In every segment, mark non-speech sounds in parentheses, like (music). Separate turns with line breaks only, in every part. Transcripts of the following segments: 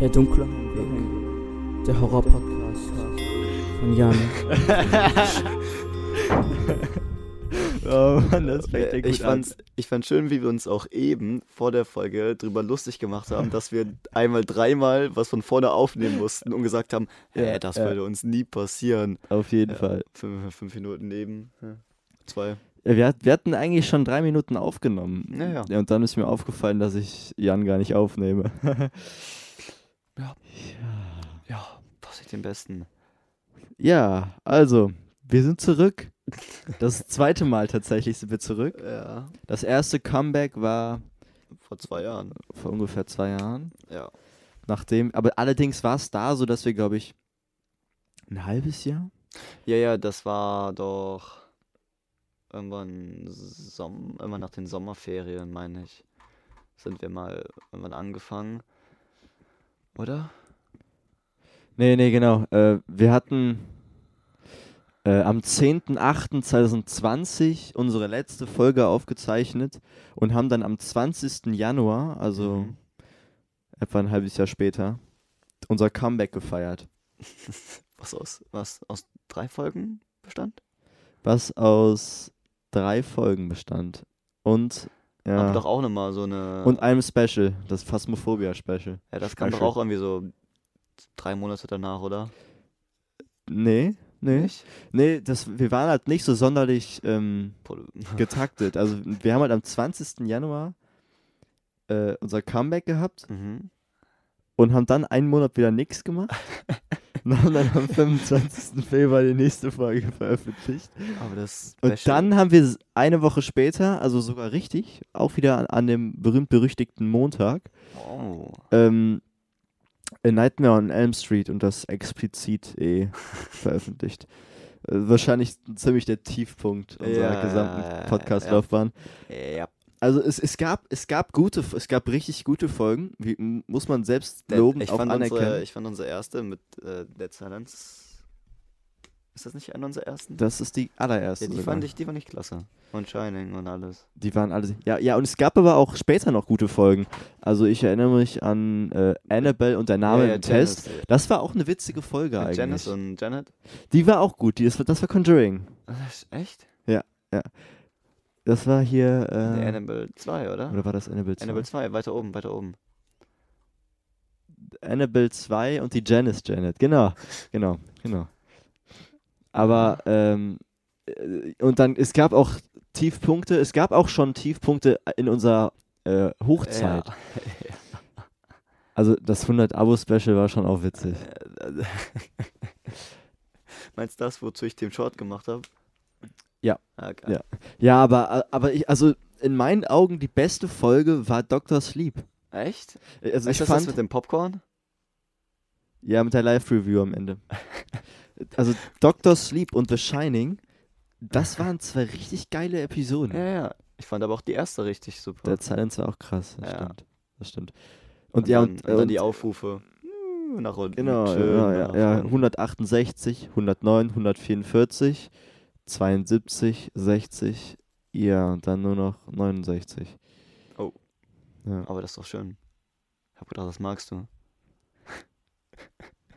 Der dunkle Heimweg. Der Horror-Podcast von Jan.
Oh Mann, das fängt ja gut
Äh, ich,
an.
fand's, ich fand schön, wie wir uns auch eben vor der Folge drüber lustig gemacht haben, dass wir einmal dreimal was von vorne aufnehmen mussten und gesagt haben,
Ja,
hä, das
ja.
würde uns nie passieren.
Auf jeden
Ja.
Fall.
Fünf, fünf Minuten neben, ja, zwei.
Ja, Wir, hat- wir hatten eigentlich schon drei Minuten aufgenommen.
Ja, ja.
Und dann ist mir aufgefallen, dass ich Jan gar nicht (laughs) aufnehme.
Ja. Ja, was ich den besten.
Ja, also, wir sind zurück. Das zweite Mal tatsächlich sind wir zurück.
Ja,
Das erste Comeback war
vor zwei Jahren.
vor ungefähr zwei Jahren.
Ja.
Nachdem, aber allerdings war es da so, dass wir, glaube ich, ein halbes Jahr?
Ja, ja, das war doch irgendwann, Som irgendwann nach den Sommerferien, meine ich, sind wir mal irgendwann angefangen. Oder?
Nee, nee, genau. Äh, wir hatten äh, am 10.08.2020 unsere letzte Folge aufgezeichnet und haben dann am 20. Januar, also
Mhm.
etwa ein halbes Jahr später, unser Comeback gefeiert.
Was aus, was aus drei Folgen bestand?
was aus drei Folgen bestand. Und, ja,
Aber doch auch nochmal so eine.
und einem Special, das Phasmophobia-Special.
ja, das kam doch
Special.
auch irgendwie so drei Monate danach, oder?
Nee, nee. Nee, das, wir waren halt nicht so sonderlich ähm,
Pro-
getaktet. Also wir haben halt am 20. Januar äh, unser Comeback gehabt
(laughs) Mhm.
und haben dann einen Monat wieder nichts gemacht. Und haben dann am 25. Februar die nächste Folge veröffentlicht.
Aber das.
Und
Special-
dann haben wir s- eine Woche später, also sogar richtig, auch wieder an, an dem berühmt-berüchtigten Montag,
Oh.
ähm, A Nightmare on Elm Street und das explizit eh veröffentlicht. Äh, Wahrscheinlich ziemlich der Tiefpunkt unserer
Ja, ja,
gesamten Podcast-Laufbahn.
Ja.
Also es, es gab es gab gute es gab richtig gute Folgen, wie, m- muss man selbst lobend
ich,
auch
fand
anerkennen.
unsere, ich fand unsere erste mit äh, Dead Silence. Ist das nicht eine unserer ersten?
das ist die allererste.
ja, die
sogar.
fand, ich, die fand ich klasse. Und Shining und alles.
Die waren alle. Ja, ja, und es gab aber auch später noch gute Folgen. Also ich erinnere mich an äh, Annabelle und der Name
ja,
im
Janice,
Test. Das war auch eine witzige Folge
Mit
eigentlich.
Janice und Janet.
Die war auch gut. Die, das, war, das war Conjuring.
Das ist Echt?
Das war hier.
Der
Äh,
Annabelle 2, oder?
oder war das Annabelle 2?
Annabelle 2, weiter oben, weiter oben.
Annabelle 2 und die Janice Janet. Genau, genau, genau. Aber, ähm, äh, und dann, es gab auch Tiefpunkte, es gab auch schon Tiefpunkte in unserer äh, Hochzeit.
Ja.
Also das 100-Abo-Special war schon auch witzig.
Äh, (laughs) Meinst du das, wozu ich den Short gemacht habe?
Ja.
Ah, geil.
Ja. Ja, aber, aber ich, also in meinen Augen die beste Folge war Dr. Sleep.
Echt?
Also
ist
ich
das das
fand,
mit dem Popcorn?
ja, mit der Live-Review am Ende. Also Dr. Sleep und The Shining, das waren zwei richtig geile Episoden.
Ja, ja. Ich fand aber auch die erste richtig super.
Mhm. Der Silence war auch krass, das
Ja.
stimmt. Das stimmt. Und, ja,
dann,
und,
dann
und
die Aufrufe. Nach unten.
Genau,
schön
ja, ja,
nach
ja,
unten.
168, 109, 144, 72, 60, ja, und dann nur noch 69.
Oh.
Ja.
Aber das ist doch schön. Ich hab gedacht, das magst du.
(laughs)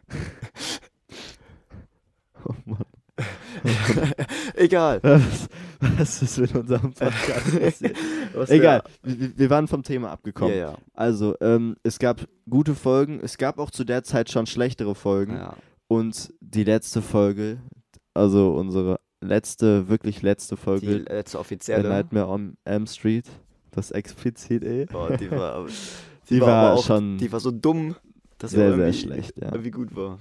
(laughs)
Oh Mann.
Egal.
Was, (laughs) was ist mit unserem
(laughs)
Podcast passiert?
Was
Egal, wir, wir waren vom Thema
Ja,
abgekommen.
ja.
Also, ähm, es gab gute Folgen, es gab auch zu der Zeit schon schlechtere Folgen.
ja.
Und die letzte Folge, also unsere letzte, wirklich letzte
Die
Folge,
letzte offizielle.
der Nightmare on Elm Street, das explizit eh,
(laughs) Boah, die war, die
die,
war,
war,
aber auch,
schon
Die war so dumm, dass sie
sehr,
irgendwie-
sehr schlecht. Ja.
Irgendwie gut war.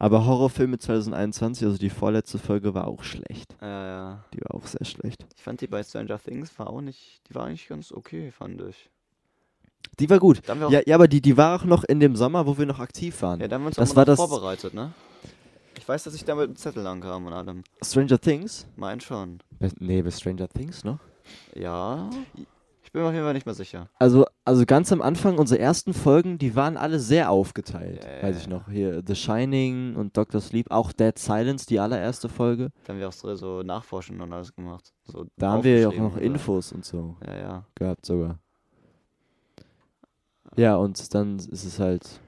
Aber Horrorfilme 2021, also die vorletzte Folge, war auch schlecht.
Ja, ja.
Die war auch sehr schlecht.
Äh, Ich fand die bei Stranger Things war auch nicht, die war eigentlich ganz okay, fand ich.
Die war gut.
Da haben wir auch,
Ja, ja aber die, die war auch noch in dem Sommer, wo wir noch aktiv waren.
ja, da haben wir uns
das
auch
war
mal
das-
noch vorbereitet, ne? Ich weiß, dass ich damit einen Zettel ankam und allem.
Stranger Things?
Mein schon.
Nee, bei Stranger Things noch.
Ja. Ich bin mir auf jeden Fall nicht mehr sicher.
Also, also ganz am Anfang, unsere ersten Folgen, die waren alle sehr aufgeteilt.
Ja, ja,
Weiß ich
ja.
noch. Hier The Shining und Dr. Sleep, auch Dead Silence, die allererste Folge.
Da haben wir auch so, so nachforschen und alles gemacht. So
Da haben wir ja auch
aufgeschrieben
noch
und so.
Infos und so
Ja, ja.
gehabt sogar. Ja, und dann ist es halt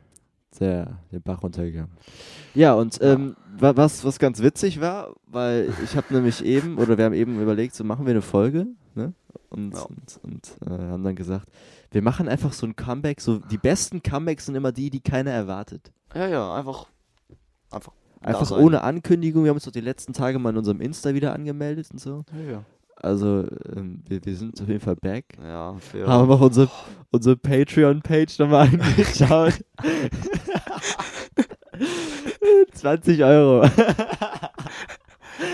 sehr den Bach runtergegangen. Ja, und ähm, wa- was, was ganz witzig war, weil ich habe nämlich eben, oder wir haben eben überlegt, so machen wir eine Folge, ne? Und,
Ja.
und, und äh, haben dann gesagt, wir machen einfach so ein Comeback, so die besten Comebacks sind immer die, die keiner erwartet.
Ja, ja, einfach. Einfach.
Einfach
sein.
ohne Ankündigung, wir haben uns doch die letzten Tage mal in unserem Insta wieder angemeldet und so.
Ja, ja.
Also ähm, wir, wir sind auf jeden Fall back.
Ja, für.
Haben auch unsere, unsere Patreon-Page nochmal (laughs) angeschaut. 20 Euro.
(laughs)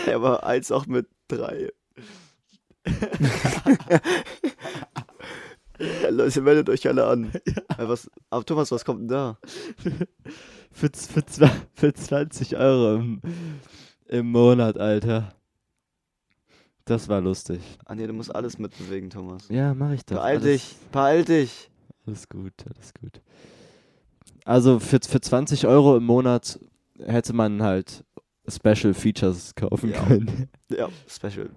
Ja, aber eins auch mit
(laughs)
drei. (laughs) ja, Leute, meldet euch alle
(laughs)
an. Ja. Was, aber Thomas, was kommt denn da?
Für, z- für, zwa- für 20 Euro im, im Monat, Alter. Das war lustig.
Ah nee, du musst alles mitbewegen, Thomas.
Ja, mach ich das.
beeil
Alles-
dich, beeil dich.
Alles gut, alles gut. Also für, für 20 Euro im Monat hätte man halt Special Features kaufen
Ja.
können.
Ja, Special.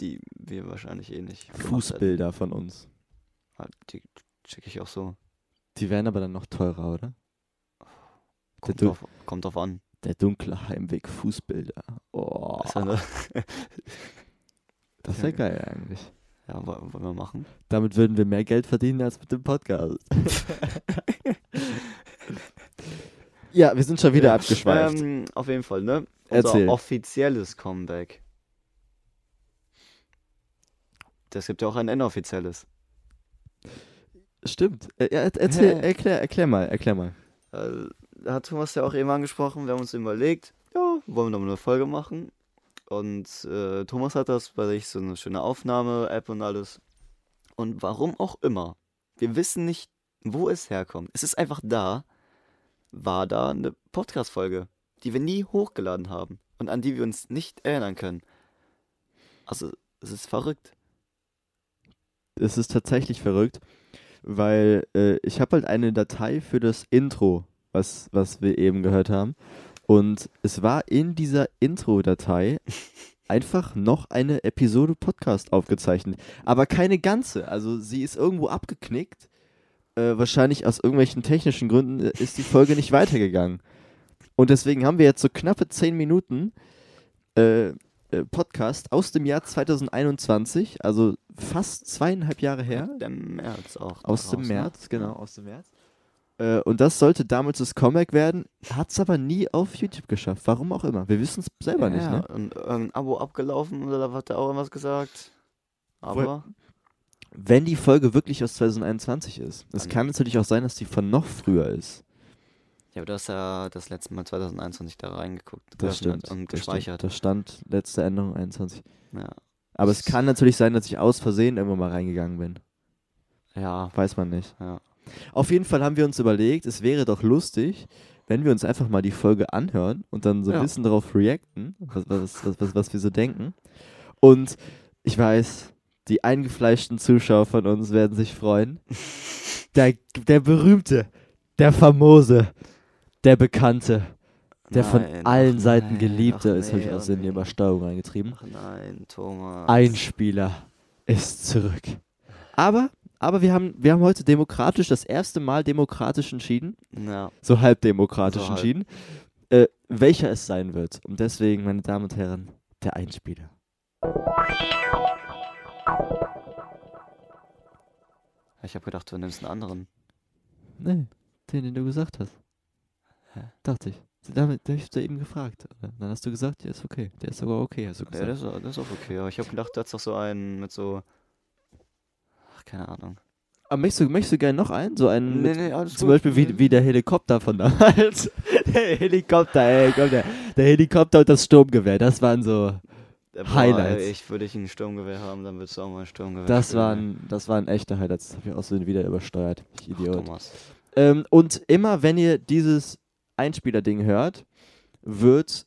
Die wir wahrscheinlich eh nicht. gemacht hätten.
Fußbilder von uns.
Ah, Die schicke ich auch so.
Die wären aber dann noch teurer, oder?
Kommt
du-
drauf, kommt drauf an.
Der dunkle Heimweg Fußbilder. Oh,
Ist ja, eine,
das wäre geil eigentlich.
ja, wo- wollen wir machen?
Damit würden wir mehr Geld verdienen als mit dem Podcast. ja, wir sind schon (laughs) wieder
Ja.
abgeschweift.
Ähm, auf jeden Fall, ne?
Erzähl.
Unser offizielles Comeback. Das gibt ja auch ein inoffizielles.
Stimmt. Äh, ja, er- erzähl,
Hä?
erklär, erklär mal, erklär mal.
Äh, hat Thomas ja auch eben angesprochen, wir haben uns überlegt, ja, wollen wir nochmal eine Folge machen. Und äh, Thomas hat das bei sich so eine schöne Aufnahme-App und alles. Und warum auch immer. Wir wissen nicht, wo es herkommt. Es ist einfach da, war da eine Podcast-Folge, die wir nie hochgeladen haben und an die wir uns nicht erinnern können. Also, es ist verrückt.
Es ist tatsächlich verrückt, weil äh, ich habe halt eine Datei für das Intro, was, was wir eben gehört haben. Und es war in dieser Intro-Datei einfach noch eine Episode Podcast aufgezeichnet. Aber keine ganze. Also sie ist irgendwo abgeknickt. Äh, wahrscheinlich aus irgendwelchen technischen Gründen äh, ist die Folge nicht weitergegangen. Und deswegen haben wir jetzt so knappe 10 Minuten äh, äh, Podcast aus dem Jahr 2021, also fast zweieinhalb Jahre her.
Der März auch.
Aus dem
draußen.
März, genau, aus dem März. Äh, und das sollte damals das Comeback werden, hat es aber nie auf YouTube geschafft. Warum auch immer. Wir wissen es selber nicht, ne?
Und irgendein Abo abgelaufen oder hat er auch irgendwas gesagt? Aber
Wenn die Folge wirklich aus 2021 ist. Es
Dann-
kann natürlich auch sein, dass die von noch früher ist.
ja, aber du hast ja das letzte Mal 2021 da reingeguckt.
Das
geöffnet
stimmt.
Und
das
gespeichert.
Stimmt. Das stand letzte Änderung 21.
Ja.
Aber es kann natürlich sein, dass ich aus Versehen irgendwann mal reingegangen bin.
ja.
Weiß man nicht.
Ja.
Auf jeden Fall haben wir uns überlegt, es wäre doch lustig, wenn wir uns einfach mal die Folge anhören und dann so ein
Ja.
bisschen darauf reacten, was, was, was, was, was wir so denken. Und ich weiß, die eingefleischten Zuschauer von uns werden sich
(laughs)
freuen. Der, der berühmte, der famose, der bekannte, der
Nein,
von allen
ach
Seiten
nein,
geliebte,
ach
das habe ich
nee,
aus
oh
in die
nee.
Übersteuerung reingetrieben.
Ach nein, Thomas.
Einspieler ist zurück. Aber, aber wir, haben, wir haben heute demokratisch, das erste Mal demokratisch entschieden,
Ja.
so halb demokratisch
So halb.
entschieden, äh, welcher es sein wird. Und deswegen, meine Damen und Herren, der Einspieler.
Ich habe gedacht, du nimmst einen anderen.
Nee, den, den du gesagt hast.
Hä?
Dachte ich. Damit, den hab ich dir eben gefragt. Dann hast du gesagt, der ist okay. Der ist sogar okay, hast du
Ja,
gesagt.
das, ist auch- das ist auch okay. Aber ich habe gedacht, du hast doch so einen mit so. Ach, keine Ahnung.
aber möchtest du, möchtest du gerne noch einen? So einen mit
nee, alles
Zum Beispiel wie, wie der Helikopter von damals. (laughs) Der Helikopter, ey, komm, der, der Helikopter und das Sturmgewehr, das waren so,
Boah,
Highlights.
ey, Ich würde ich ein Sturmgewehr haben, dann würdest du auch mal ein Sturmgewehr
das
spielen, ey.
waren, das waren echte Highlights. Das habe ich auch so wieder übersteuert. Ich
Ach,
Idiot.
Thomas.
Ähm, und immer wenn ihr dieses Einspielerding hört, wird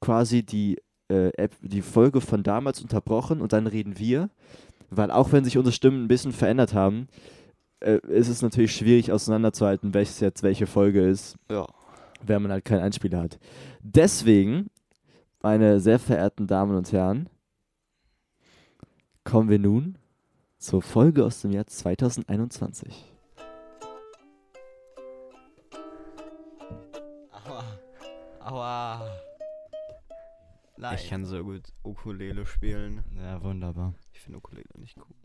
quasi die, äh, App, die Folge von damals unterbrochen und dann reden wir. Weil auch wenn sich unsere Stimmen ein bisschen verändert haben, äh, ist es natürlich schwierig auseinanderzuhalten, welches jetzt welche Folge ist.
Ja.
wenn man halt keinen Einspieler hat. Deswegen, meine sehr verehrten Damen und Herren, kommen wir nun zur Folge aus dem Jahr 2021. Aua. Nein.
Ich kann so gut Ukulele spielen.
ja, wunderbar.
Ich finde Ukulele nicht gut.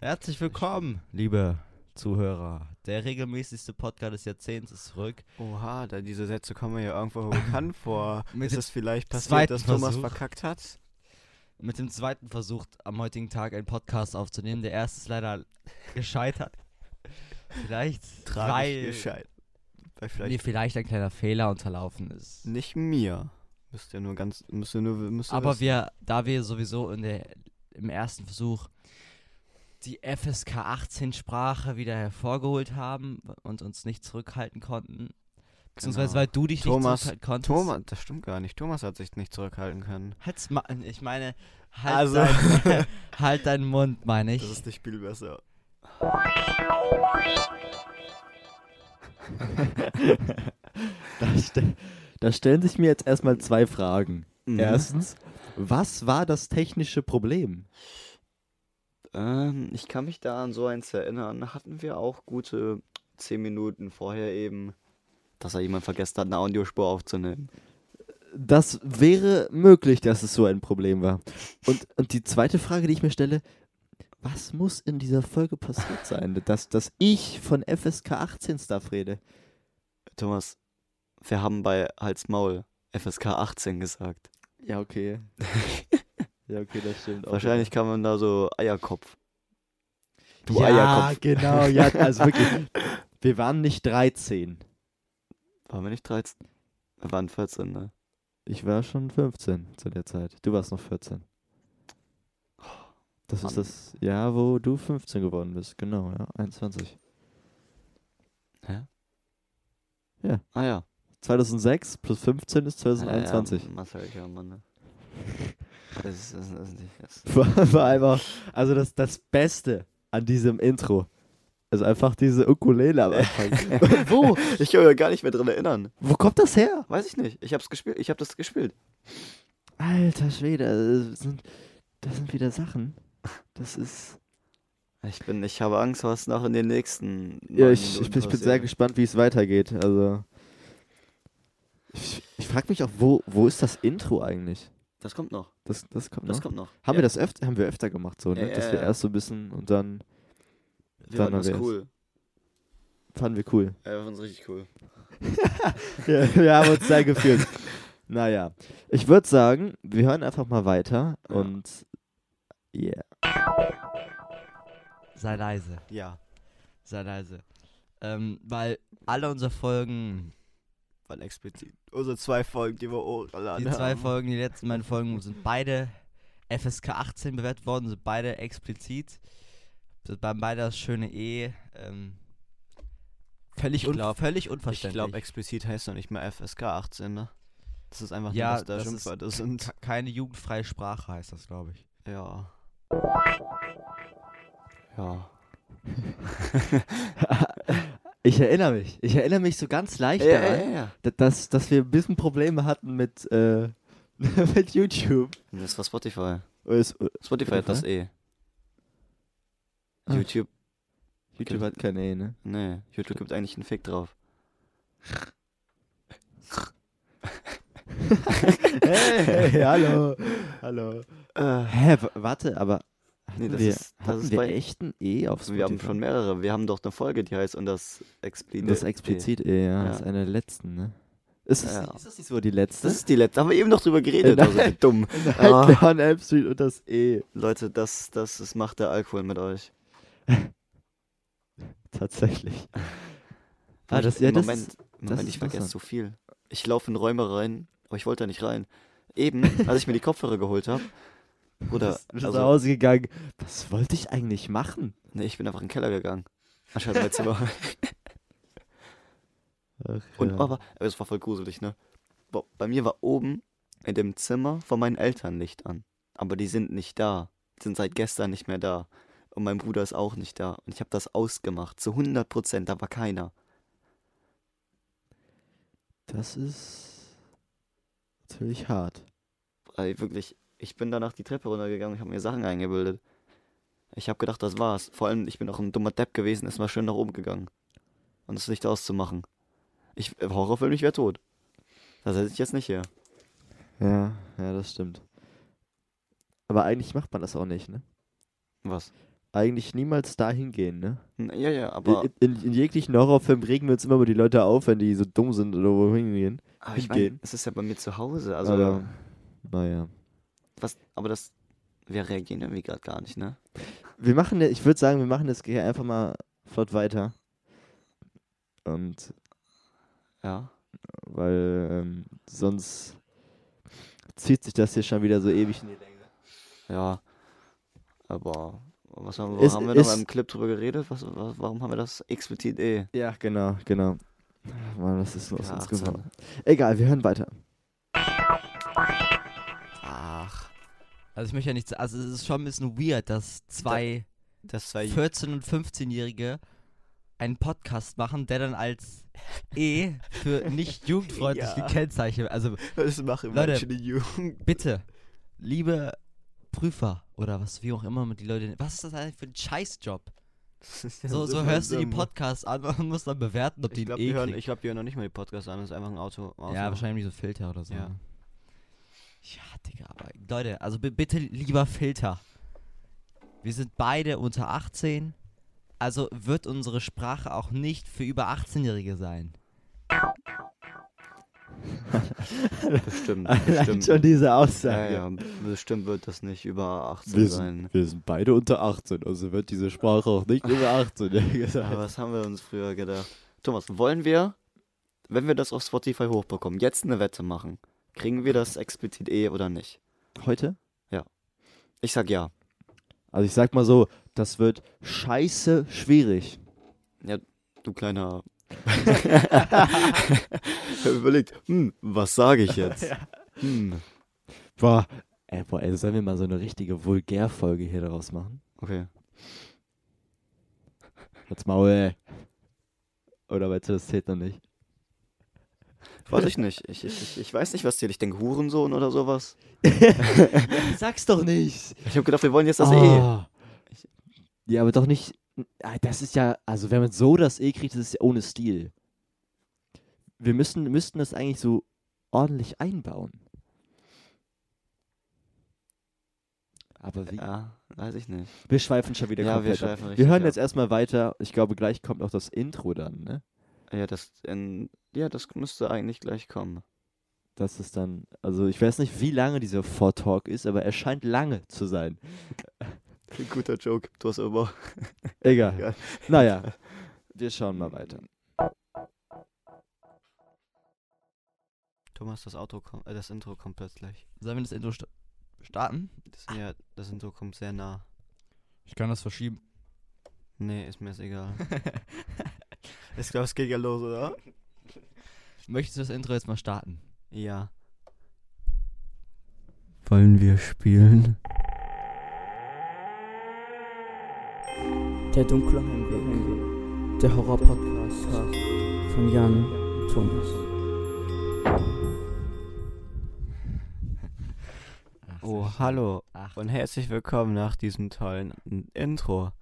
Herzlich willkommen, liebe Zuhörer. Der regelmäßigste Podcast des Jahrzehnts ist zurück.
Oha, da diese Sätze kommen mir ja irgendwo (laughs) bekannt vor.
Mit
Ist
dem
es vielleicht passiert,
zweiten
dass Thomas
Versuch.
verkackt hat?
Mit dem zweiten Versuch am heutigen Tag einen Podcast aufzunehmen. Der erste ist leider
(laughs)
gescheitert. Vielleicht,
Tragisch
weil,
gescheit. Weil
nee,
vielleicht
vielleicht ein kleiner Fehler unterlaufen ist.
nicht mir. Müsst ihr nur ganz, müsst ihr nur, müsst ihr
Aber
wissen.
wir, da wir sowieso in der, im ersten Versuch die FSK 18 Sprache wieder hervorgeholt haben und uns nicht zurückhalten konnten, beziehungsweise
Genau.
weil du dich
Thomas-
nicht zurückhalten konntest.
Thomas, das stimmt gar nicht. Thomas hat sich nicht zurückhalten können.
Halt's ma ich meine, halt,
Also- (laughs)
dein, (laughs) halt deinen Mund, meine
Das
ich.
ist nicht viel besser.
Da, ste da stellen sich mir jetzt erstmal zwei Fragen.
Mhm.
Erstens,
Mhm.
was war das technische Problem?
Ähm, ich kann mich da an so eins erinnern. Hatten wir auch gute 10 Minuten vorher eben, dass da jemand vergessen hat, eine Audiospur aufzunehmen.
Das wäre möglich, dass es so ein Problem war. Und, und die zweite Frage, die ich mir stelle, was muss in dieser Folge
(laughs)
passiert sein, dass, dass ich von FSK 18 Stuff rede?
Thomas, wir haben bei Hals Maul FSK 18 gesagt.
(laughs)
Ja, okay. ja, okay, das stimmt. auch.
Wahrscheinlich kann man da so Eierkopf.
Du Eierkopf. Genau, ja, also wirklich. Wir waren nicht 13.
Waren wir nicht 13? Wir waren 14, ne?
Ich war schon 15 zu der Zeit. Du warst noch 14. Das
Mann.
ist das Jahr, wo du 15 geworden bist. Genau, ja. 21.
Ah ja.
2006 plus 15 ist 2021.
Ja, ja, Massaker, Mann. (laughs) ne? Das ist, das ist, das ist nicht. Das ist
(laughs) War, war einfach, also das, das Beste an diesem Intro. Also einfach diese Ukulele am (laughs) Anfang. wo,
ich kann mich gar nicht mehr dran erinnern.
wo kommt das her?
Weiß ich nicht. Ich hab's gespielt. Ich hab das gespielt.
Alter Schwede, also das sind, das sind wieder Sachen. Das ist.
Ich bin, ich habe Angst, was noch in den nächsten.
Ja,
neun
ich, ich,
Minuten
bin, ich bin sehr
passiert.
gespannt, wie es weitergeht. Also. Ich, ich frage mich auch, wo, wo ist das Intro eigentlich?
Das kommt noch.
Das, das kommt
Das
noch.
kommt noch.
haben
Ja,
wir das öfter, haben wir öfter gemacht, so, ne?
Ja,
Dass
ja,
wir
ja.
erst so ein bisschen und dann
wir
dann
fanden das
erwähnt.
cool.
fanden wir
(laughs)
cool.
Ja, wir fanden es richtig cool.
Ja, (laughs) wir haben uns sehr gefühlt. Naja. Ich würde sagen, wir hören einfach mal weiter
Ja.
und yeah.
(laughs) Sei leise,
Ja,
sei leise. Ähm, weil alle unsere Folgen,
weil explizit. Unsere zwei Folgen, die wir
die
hochgeladen
zwei
haben.
Folgen, die letzten beiden Folgen sind beide FSK 18 bewertet worden, sind beide explizit. Sind beim beide das schöne E. Ähm, völlig,
Ich
un
glaub-
völlig
Ich
unverständlich.
glaube, explizit heißt doch nicht mehr FSK 18, ne? Das ist einfach
Ja,
nur, dass da
das ist-
Schimpfwörter sind.
Ke- keine jugendfreie Sprache heißt das, glaube ich.
Ja.
Ja.
Ich erinnere mich. Ich erinnere mich so ganz leicht
Ja, ja,
daran,
ja, ja.
da- dass, dass wir ein bisschen Probleme hatten mit, äh, (laughs) mit YouTube.
Das war Spotify.
Oder es- oder-
Spotify hat das eh.
Ah.
YouTube.
YouTube hat keine E, ne?
Nee, YouTube gibt eigentlich einen Fick drauf.
Hey, hey, (laughs) hallo. Hallo. Hä, wa- warte, aber hatten
Nee, das
wir,
ist- das
hatten
ist
wir
bei- Also
echt ein E auf Spotify?
Wir haben schon mehrere. Wir haben doch eine Folge, die heißt und das explizit.
Das explizit E, ja. Das
ne- Ja.
ist eine der letzten, ne? Ist das,
Ja.
nicht, ist das nicht so die letzte?
Das ist die letzte. Haben wir eben noch drüber geredet. Also,
(laughs) Nein.
wie dumm.
halt Leon Elm Street und das E.
Leute, das, das, das macht der Alkohol mit euch. (laughs)
Tatsächlich. Ah, das, ja,
Im
das,
Moment, im
das
Moment
ist
ich vergesse
interessant.
so viel. Ich laufe in Räume rein, aber ich wollte da nicht rein.
(laughs)
Eben, als ich mir die Kopfhörer geholt habe. Oder,
das, das ist nach
also,
Hause gegangen. Was wollte ich eigentlich machen?
nee, ich bin einfach in den Keller gegangen. Anstatt in mein
(laughs)
Zimmer.
Ach,
Und
ja.
aber, aber es war voll gruselig, ne? Bo- Bei mir war oben in dem Zimmer von meinen Eltern Licht an. Aber die sind nicht da. Die sind seit gestern nicht mehr da. Und mein Bruder ist auch nicht da. Und ich habe das ausgemacht. Zu 100 Prozent. Da war keiner.
das ist natürlich hart.
Weil wirklich, ich bin danach die Treppe runtergegangen und habe mir Sachen eingebildet. Ich habe gedacht, das war's. Vor allem, ich bin auch ein dummer Depp gewesen. Ist mal schön äh, nach oben gegangen. Und das Licht auszumachen. Ich, Horrorfilm, ich wäre tot. Da sitze ich jetzt nicht hier.
Ja, ja, das stimmt. Aber eigentlich macht man das auch nicht, ne?
Was?
Eigentlich niemals dahin gehen, ne?
N- Ja, ja, aber,
in, in, in jeglichen Horrorfilmen regen wir uns immer über die Leute auf, wenn die so dumm sind oder wohin gehen.
aber ich
hingehen.
meine, es ist ja bei mir zu Hause. Also,
aber, naja.
was, aber das, wir reagieren irgendwie gerade gar nicht, ne?
Wir machen, ne- ich würde sagen, wir machen das hier einfach mal flott weiter. Und,
Ja.
weil, ähm, sonst zieht sich das hier schon wieder so ewig in die Länge.
Ja. Aber, was haben,
Ist-
haben wir
ist-
noch im Clip drüber geredet? Was, wa- warum haben wir das explizit eh?
Ja, genau, genau. Mann, was ist denn aus
Ja,
uns
18.
geworden? Egal, wir hören weiter.
Ach,
Also ich möchte ja nichts, also es ist schon ein bisschen weird, dass zwei
das war
14- und 15-Jährige einen Podcast machen, der dann als E für nicht jugendfreundlich
Ja.
gekennzeichnet wird. Also
Das machen
Leute.
Menschen in Jugend. (laughs)
bitte, liebe Prüfer oder was, wie auch immer man die Leute, was ist das eigentlich für ein Scheißjob? So, so hörst du die Podcasts an und musst dann bewerten, ob die
Ich
ein
glaube,
E
die, hören-
kriegen.
ich glaub, die hören noch nicht mal die Podcasts an. Das ist einfach ein Auto. Auto
Ja, wahrscheinlich so Filter oder so.
Ja.
ne? Ja, Digga, aber Leute, also bi- bitte lieber Filter. Wir sind beide unter 18, also wird unsere Sprache auch nicht für über 18-Jährige sein. (laughs)
Bestimmt,
Allein
bestimmt.
(laughs) schon diese
ja,
Aussage.
ja, bestimmt wird das nicht über 18
Wir
sein.
(laughs)
sind, wir sind beide unter 18, also wird diese Sprache auch nicht über
(laughs)
18 gesagt.
Aber was haben wir uns früher gedacht? Thomas, wollen wir, wenn wir das auf Spotify hochbekommen, jetzt eine Wette machen? Kriegen wir das explizit eh oder nicht?
Heute?
Ich sag ja.
Also ich sag mal so, das wird scheiße schwierig.
(laughs)
Du kleiner. (laughs) ich hab überlegt, hm, was sage ich jetzt? Hm.
Boah, ey, boah, ey, sollen wir mal so eine richtige Vulgärfolge hier daraus machen?
Okay.
Jetzt Maul, ey. Oder meinst du, das zählt
(laughs)
noch nicht?
Weiß ich nicht. Ich, ich, ich, ich weiß nicht, was zählt. Ich denke Hurensohn oder sowas.
Sag's doch nicht!
Ich habe gedacht, wir wollen jetzt das eh.
Ah. Ja, aber doch nicht. Ah, Das ist ja, also wenn man so das E kriegt, das ist ja ohne Stil. Wir müssen, müssten das eigentlich so ordentlich einbauen. Aber wie?
E. Ja, weiß ich nicht.
Wir schweifen schon wieder
Ja, wir
komplett. ab.
schweifen
wir
richtig
hören
ab.
jetzt erstmal weiter. Ich glaube, gleich kommt auch das Intro dann, ne?
Ja, das, ähm, ja, das müsste eigentlich gleich kommen.
Das ist dann, also ich weiß nicht, wie lange dieser Vortalk ist, aber er scheint lange zu sein.
Guter Joke. Du hast aber. (laughs)
Egal.
Egal.
Naja, wir schauen mal weiter.
Thomas, das, Auto kommt, äh, das Intro kommt plötzlich.
Sollen wir das Intro sta starten?
Das, ist mir, das Intro kommt sehr nah.
Ich kann das verschieben.
Nee, ist mir jetzt
(laughs)
egal. ich glaube, es geht ja los, oder?
Möchtest du das Intro jetzt mal starten?
Ja. Wollen wir spielen?
Der dunkle Heimweh. Der Horror-Podcast von Jan und Thomas.
Oh, hallo
Ach,
und herzlich willkommen nach diesem tollen Intro.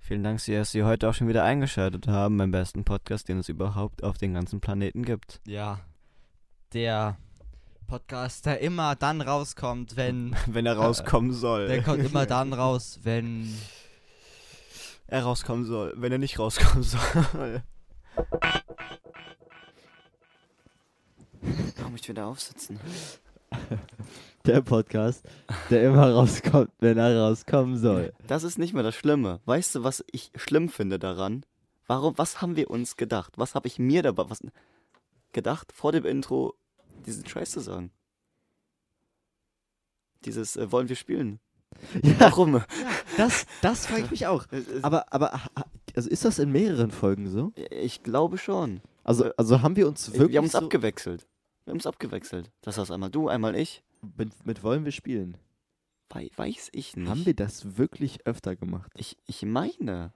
Vielen Dank, dass Sie heute auch schon wieder eingeschaltet haben beim besten Podcast, den es überhaupt auf dem ganzen Planeten gibt.
ja. Der Podcast, der immer dann rauskommt, wenn.
Wenn er rauskommen
rauskommen
soll.
Der
(laughs)
kommt immer dann raus, wenn.
er rauskommen soll, wenn er nicht rauskommen (laughs) soll.
Warum ich wieder aufsitzen?
Der Podcast, der immer rauskommt, wenn er rauskommen soll.
Das ist nicht mehr das Schlimme. Weißt du, was ich schlimm finde daran? Warum, was haben wir uns gedacht? Was habe ich mir dabei was gedacht, vor dem Intro diesen Scheiß zu sagen? Dieses äh, wollen wir spielen.
(laughs) Ja,
Warum?
das, das frage ich mich auch.
Äh, äh,
Aber, aber, ha- ha- also ist das in mehreren Folgen so?
ich glaube schon.
Also, also haben wir uns wirklich
wir haben uns
so
abgewechselt. Wir haben uns abgewechselt. Das war's einmal du, einmal ich.
mit, mit Wollen wir spielen?
Wei weiß ich nicht.
Haben wir das wirklich öfter gemacht?
ich, ich meine.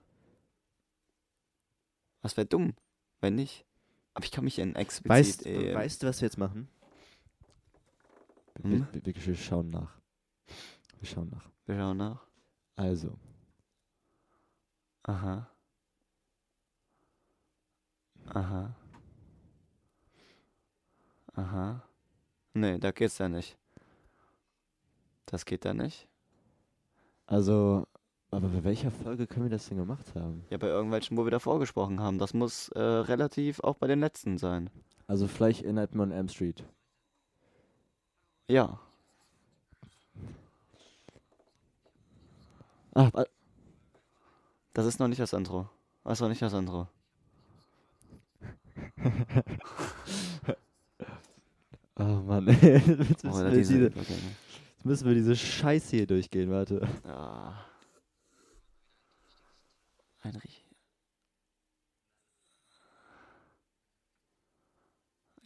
Was wäre dumm, wenn nicht. Aber ich kann mich in explizit.
Weißt,
äh,
weißt du, was wir jetzt machen?
Hm?
Wir, wir, wir schauen nach. Wir schauen nach.
wir schauen nach.
Also,
Aha. Aha. Aha. Nee, da geht's ja nicht. Das geht da nicht.
Also, aber bei welcher Folge können wir das denn gemacht haben?
Ja, bei irgendwelchen, wo wir davor gesprochen haben. Das muss äh, relativ auch bei den letzten sein.
Also vielleicht erinnert man M Street.
Ja.
Ah, wa-
Das ist noch nicht das Intro. Das war nicht das Intro.
oh Mann. (laughs) jetzt, müssen
Oh, oder
wir
diese
diese,
Übergänge.
jetzt müssen wir diese Scheiße hier durchgehen, warte.
Ah. Ein Riech.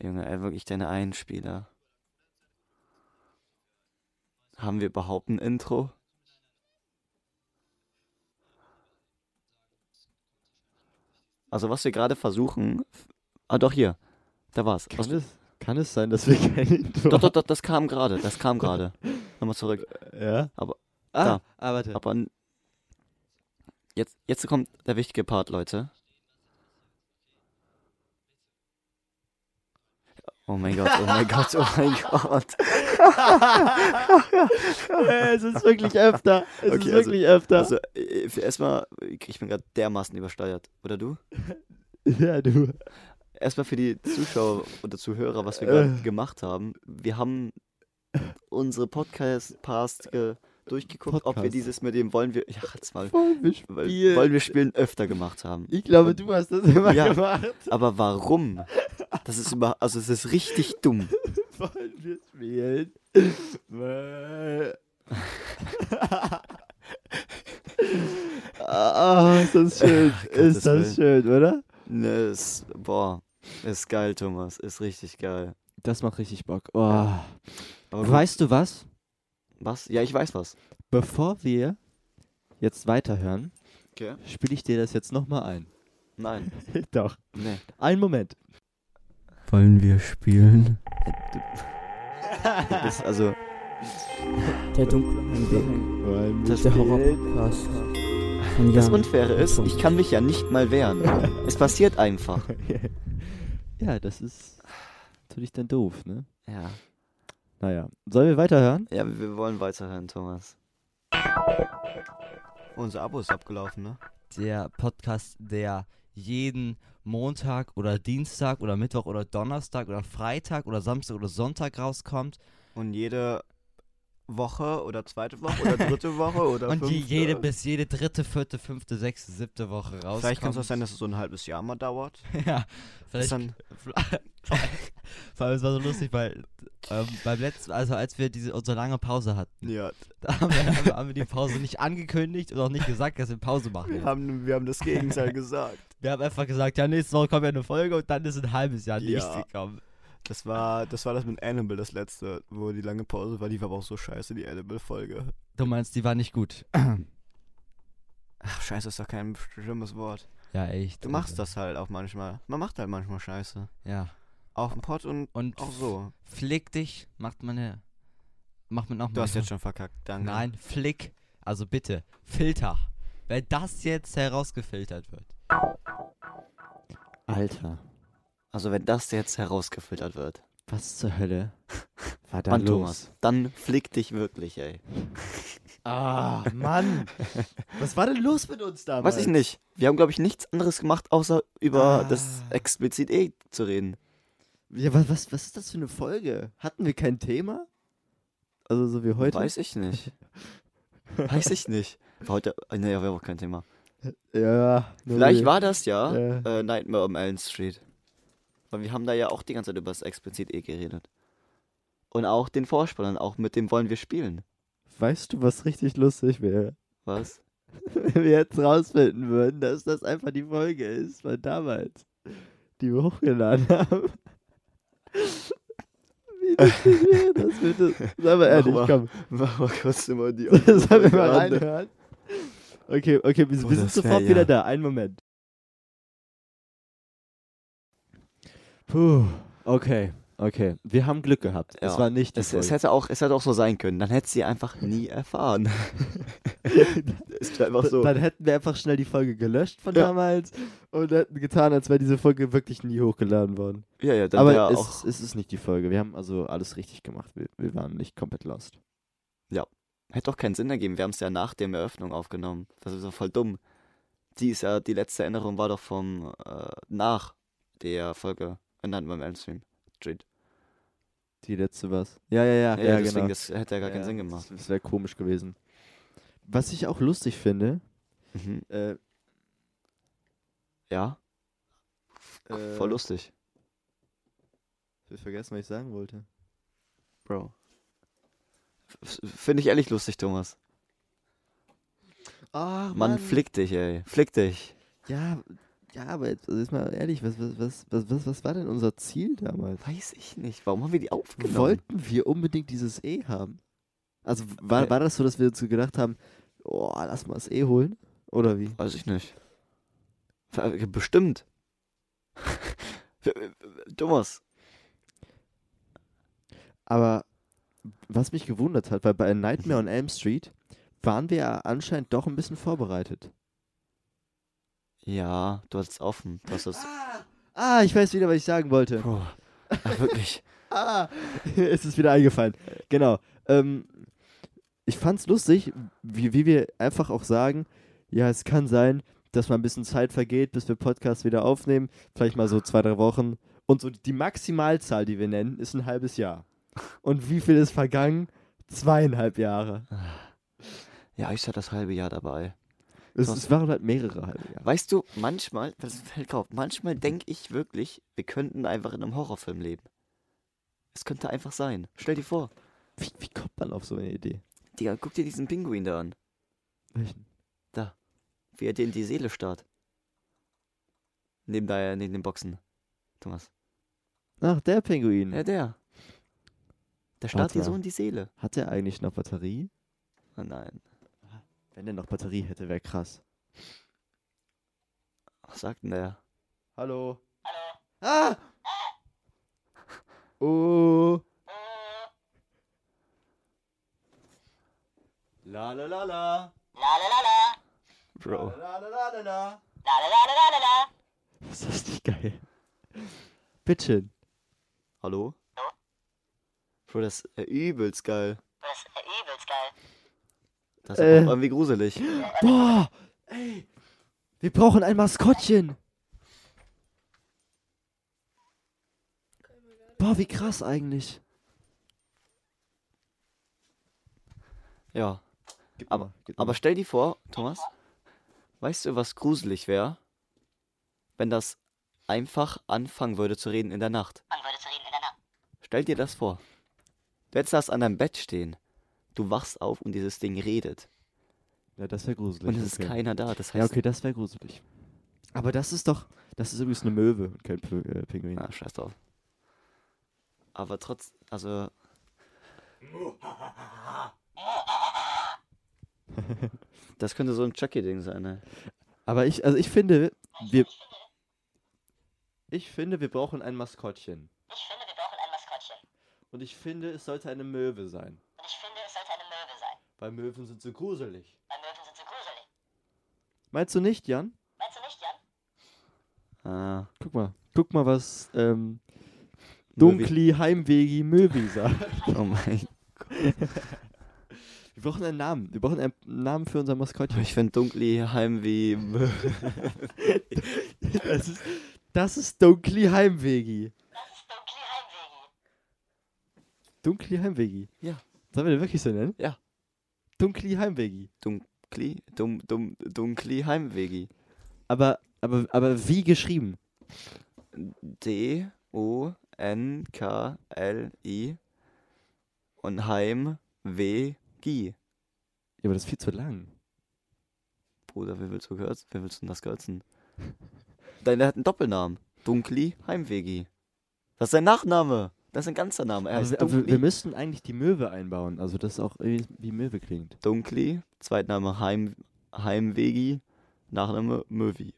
Junge, ey, wirklich deine Einspieler. Haben wir überhaupt ein Intro? Also was wir gerade versuchen. f- Ah doch hier. Da war's.
Kann
Was,
es, kann es sein, dass wir kein Intro
doch, doch, doch, das kam gerade. Das kam gerade. Nochmal zurück.
Ja?
Aber-
Ah,
da.
ah warte.
Aber n- jetzt, jetzt kommt der wichtige Part, Leute. Oh mein Gott, oh mein Gott, oh
(laughs)
mein Gott.
Äh, es ist wirklich öfter. Es
Okay,
ist
also-
wirklich öfter.
Also äh, erstmal, ich bin gerade dermaßen übersteuert. Oder du?
ja, du.
Erstmal für die Zuschauer oder Zuhörer, was wir
Äh.
gerade gemacht haben. Wir haben unsere Podcast-Past ge- durchgeguckt, ob wir
Podcast.
dieses mit dem wollen wir. Ja, jetzt mal.
Wollen wir spielen?
Wollen wir spielen öfter gemacht haben.
ich glaube, du hast das immer
Ja.
gemacht.
Aber warum? Das ist über, also es ist richtig dumm.
Wollen wir spielen? Äh. Bäh. (laughs) Ah, ist das schön.
Gottes
ist das schön, oder?
Ne, ist, boah, ist geil, Thomas, ist richtig geil.
Das macht richtig Bock. Oh.
Aber gut,
Weißt du was?
was? Ja, ich weiß was.
Bevor wir jetzt weiterhören,
Okay.
spiele ich dir das jetzt
(laughs)
nochmal ein.
Nein,
Doch.
nee.
Einen Moment.
Wollen wir spielen?
Du bist also,
Der dunkle Heimweh.
das,
Der Horror-Podcast von
das
Jan
Unfaire
und
ist,
Tom.
ich kann mich ja nicht mal wehren. es passiert einfach. (laughs)
ja, das ist natürlich dann doof, ne?
Ja.
Naja. Sollen wir weiterhören?
ja, wir wollen weiterhören, Thomas.
Unser Abo ist abgelaufen, ne?
der Podcast, der jeden Montag oder Dienstag oder Mittwoch oder Donnerstag oder Freitag oder Samstag oder Sonntag rauskommt
Und jede Woche oder zweite Woche oder dritte Woche oder
(laughs) und die
fünfte.
jede bis jede dritte, vierte, fünfte, sechste, siebte Woche rauskommt.
Vielleicht kann es auch sein, dass es so ein halbes Jahr mal dauert.
(laughs) ja,
Ist
vielleicht
dann,
Vor allem, es war so lustig, weil ähm, beim letzten, also als wir diese unsere lange Pause hatten,
ja,
da haben wir, also haben, wir- haben wir die Pause nicht angekündigt und auch nicht gesagt, dass wir Pause machen.
wir
Wir haben,
haben, wir haben das (laughs) Gegenteil gesagt.
einfach gesagt, ja, nächste Woche kommt ja eine Folge und dann ist ein halbes Jahr nichts
Ja.
gekommen.
Das war, das war das mit Animal, das letzte, wo die lange Pause war. Die war aber auch so scheiße, die Animal-Folge.
Du meinst, die war nicht gut.
Ach, scheiße ist doch kein schlimmes Wort.
Ja, echt.
Du machst das halt auch manchmal. Man macht halt manchmal scheiße.
Ja.
Auf dem Pott und
Und
auch so.
flick dich, macht man eine. Macht man auch
Du hast jetzt schon verkackt, danke.
Nein, flick. Also bitte, Filter. Wenn das jetzt herausgefiltert wird.
Alter,
Also, wenn das jetzt herausgefiltert wird,
was zur Hölle war da
Mann,
los?
Thomas, dann flick dich wirklich, ey.
Ah, Mann. (laughs) was war denn los mit uns damals?
Weiß ich nicht. Wir haben, glaube ich, nichts anderes gemacht, außer
Ah.
über das explizit eh zu reden.
Ja, was, was, was ist das für eine Folge? Hatten wir kein Thema? Also so wie heute?
Weiß ich nicht. Weiß ich nicht. War Heute, naja, wir haben auch kein Thema.
Ja. nur
Vielleicht
wir-
war das ja
Ja.
äh, Nightmare on Elm Street. Weil wir haben da ja auch die ganze Zeit über das explizit eh geredet. Und auch den Vorspann, und auch mit dem wollen wir spielen.
Weißt du, was richtig lustig wäre? (laughs)
(laughs) Was?
Wenn wir jetzt rausfinden würden, dass das einfach die Folge ist von damals, die wir hochgeladen (laughs) haben.
(laughs)
Wie lustig wäre das bitte? Sag mal ehrlich,
mal.
komm. (laughs)
Mach mal kurz immer (laughs) die
Sollen wir mal reinhören? Okay, okay, wir,
Boah,
wir sind
Oh, das wär
sofort
ja.
wieder da. Einen Moment. Puh, okay. Okay, wir haben Glück gehabt. Es
Ja.
war nicht die
Es, es,
Folge.
hätte auch, es hätte auch so sein können. Dann hätte sie einfach nie erfahren. (laughs)
(laughs)
ist einfach so.
Dann hätten wir einfach schnell die Folge gelöscht von
Ja.
damals und hätten getan, als wäre diese Folge wirklich nie hochgeladen worden.
Ja, ja, dann
Aber
wäre
es,
auch.
es ist nicht die Folge. Wir haben also alles richtig gemacht. Wir, wir waren nicht komplett lost.
Hätte auch keinen Sinn ergeben. Wir haben es ja nach der Eröffnung aufgenommen. Das ist doch voll dumm. Die, ist ja, die letzte Erinnerung war doch vom. Äh, nach der Folge. Und dann beim Elmstream. Street.
Die letzte was? Ja, ja, ja. genau.
Ja, ja, deswegen, das hätte ja gar keinen Sinn gemacht.
Das, das wäre komisch gewesen. Was ich auch lustig finde,
Mhm.
äh,
Ja,
äh,
voll lustig.
Ich hab vergessen, was ich sagen wollte.
Bro. Finde ich ehrlich lustig, Thomas.
Ach,
Mann, flick dich, ey. Flick dich.
Ja, ja, aber jetzt, also jetzt mal ehrlich, was, was, was, was, was, was war denn unser Ziel damals?
Weiß ich nicht. Warum haben wir die aufgenommen?
Wollten wir unbedingt dieses E haben? Also war,
Äh.
war das so, dass wir uns gedacht haben, oh, lass mal das E holen? Oder wie?
Weiß ich nicht. Ver- Bestimmt. (laughs) Thomas.
Aber was mich gewundert hat, weil bei Nightmare on Elm Street waren wir ja anscheinend doch ein bisschen vorbereitet.
Ja, du hast es offen. Du hast es.
Ah, ich weiß wieder, was ich sagen wollte.
Bro. Ach, wirklich.
Ah, (laughs) es ist wieder eingefallen. Genau. Ähm, ich fand's lustig, wie, wie wir einfach auch sagen, ja, es kann sein, dass mal ein bisschen Zeit vergeht, bis wir Podcast wieder aufnehmen. Vielleicht mal so zwei, drei Wochen. Und so die Maximalzahl, die wir nennen, ist ein halbes Jahr. Und wie viel ist vergangen? Zweieinhalb Jahre.
Ja, ich war das halbe Jahr dabei.
Es,
Krass.
es waren halt mehrere halbe Jahre.
Weißt du, manchmal, das fällt mir auf, manchmal denke ich wirklich, wir könnten einfach in einem Horrorfilm leben. Es könnte einfach sein. Stell dir vor.
Wie, wie kommt man auf so eine Idee?
Digga, guck dir diesen Pinguin da an, wie er dir in die Seele starrt. Neben, da, neben den Boxen. Thomas.
Ach, der Pinguin.
Ja, der. Der starrt dir
Alter.
so in die Seele.
Hat er eigentlich noch Batterie?
Oh nein.
Wenn er noch Batterie hätte, wäre krass.
Was sagt denn der?
Hallo. Ah! Hallo. Ah! Oh. La la la la.
Bro.
La la la la la. Ist das nicht geil? Bitchin.
Hallo? Bro, das ist äh, übelst geil. Das ist
Äh.
übelst geil. Das ist auch irgendwie gruselig.
Boah. Ey. Wir brauchen ein Maskottchen. Boah, wie krass eigentlich.
Ja.
Aber,
Aber stell dir vor, Thomas, weißt du, was gruselig wäre? Wenn das einfach anfangen würde zu reden in der Nacht. Stell dir das vor. Du hättest das an deinem Bett stehen. Du wachst auf und dieses Ding redet.
ja, das wäre gruselig.
Und es ist
okay.
keiner da. Das heißt.
Ja, okay, das wäre gruselig. Aber das ist doch, das ist übrigens eine Möwe und kein P äh, Pinguin.
Na, Ah, scheiß drauf. Aber trotz. (laughs) Also. Das könnte so ein Chucky-Ding sein, ne?
Aber ich, also ich finde, wir, ich finde, wir brauchen ein Maskottchen.
Ich finde, wir brauchen ein Maskottchen.
Und ich finde, es sollte eine Möwe sein,
Und ich finde, es sollte eine Möwe sein.
weil Möwen sind so gruselig.
Weil Möwen sind so gruselig.
Meinst du nicht, Jan?
Meinst du nicht, Jan?
Ah.
Guck mal, guck mal, was ähm, Dunkli Heimwegi Möwi sagt.
Oh mein.
wir brauchen einen Namen. Wir brauchen einen Namen für unser Maskottchen.
Ich finde Dunkli heim wie.
Das ist, das ist Dunkli Heimwegi.
Das ist Dunkli Heimwegi.
Dunkli Heimwegi.
Ja.
Sollen wir den wirklich so nennen?
Ja.
Dunkli Heimwegi.
Dunkli? Dum, dum, Dunkli Heimwegi.
Aber, aber, aber wie geschrieben?
D-O-N-K-L-I. E Und Heim W G.
Ja, aber das ist viel zu lang.
Bruder, wer willst du gehört? Wer willst du denn das gehörzen? Dein, der hat einen Doppelnamen. Dunkli Heimwegi. Das ist sein Nachname. Das ist ein ganzer Name. Er
Aber,
heißt
wir- aber Also, wir- wir
Dunkli.
müssten eigentlich die Möwe einbauen. Also, dass es auch irgendwie wie
(laughs)
Möwe klingt.
Dunkli, Zweitname Heim, Heimwegi, Nachname
(laughs)
Möwi.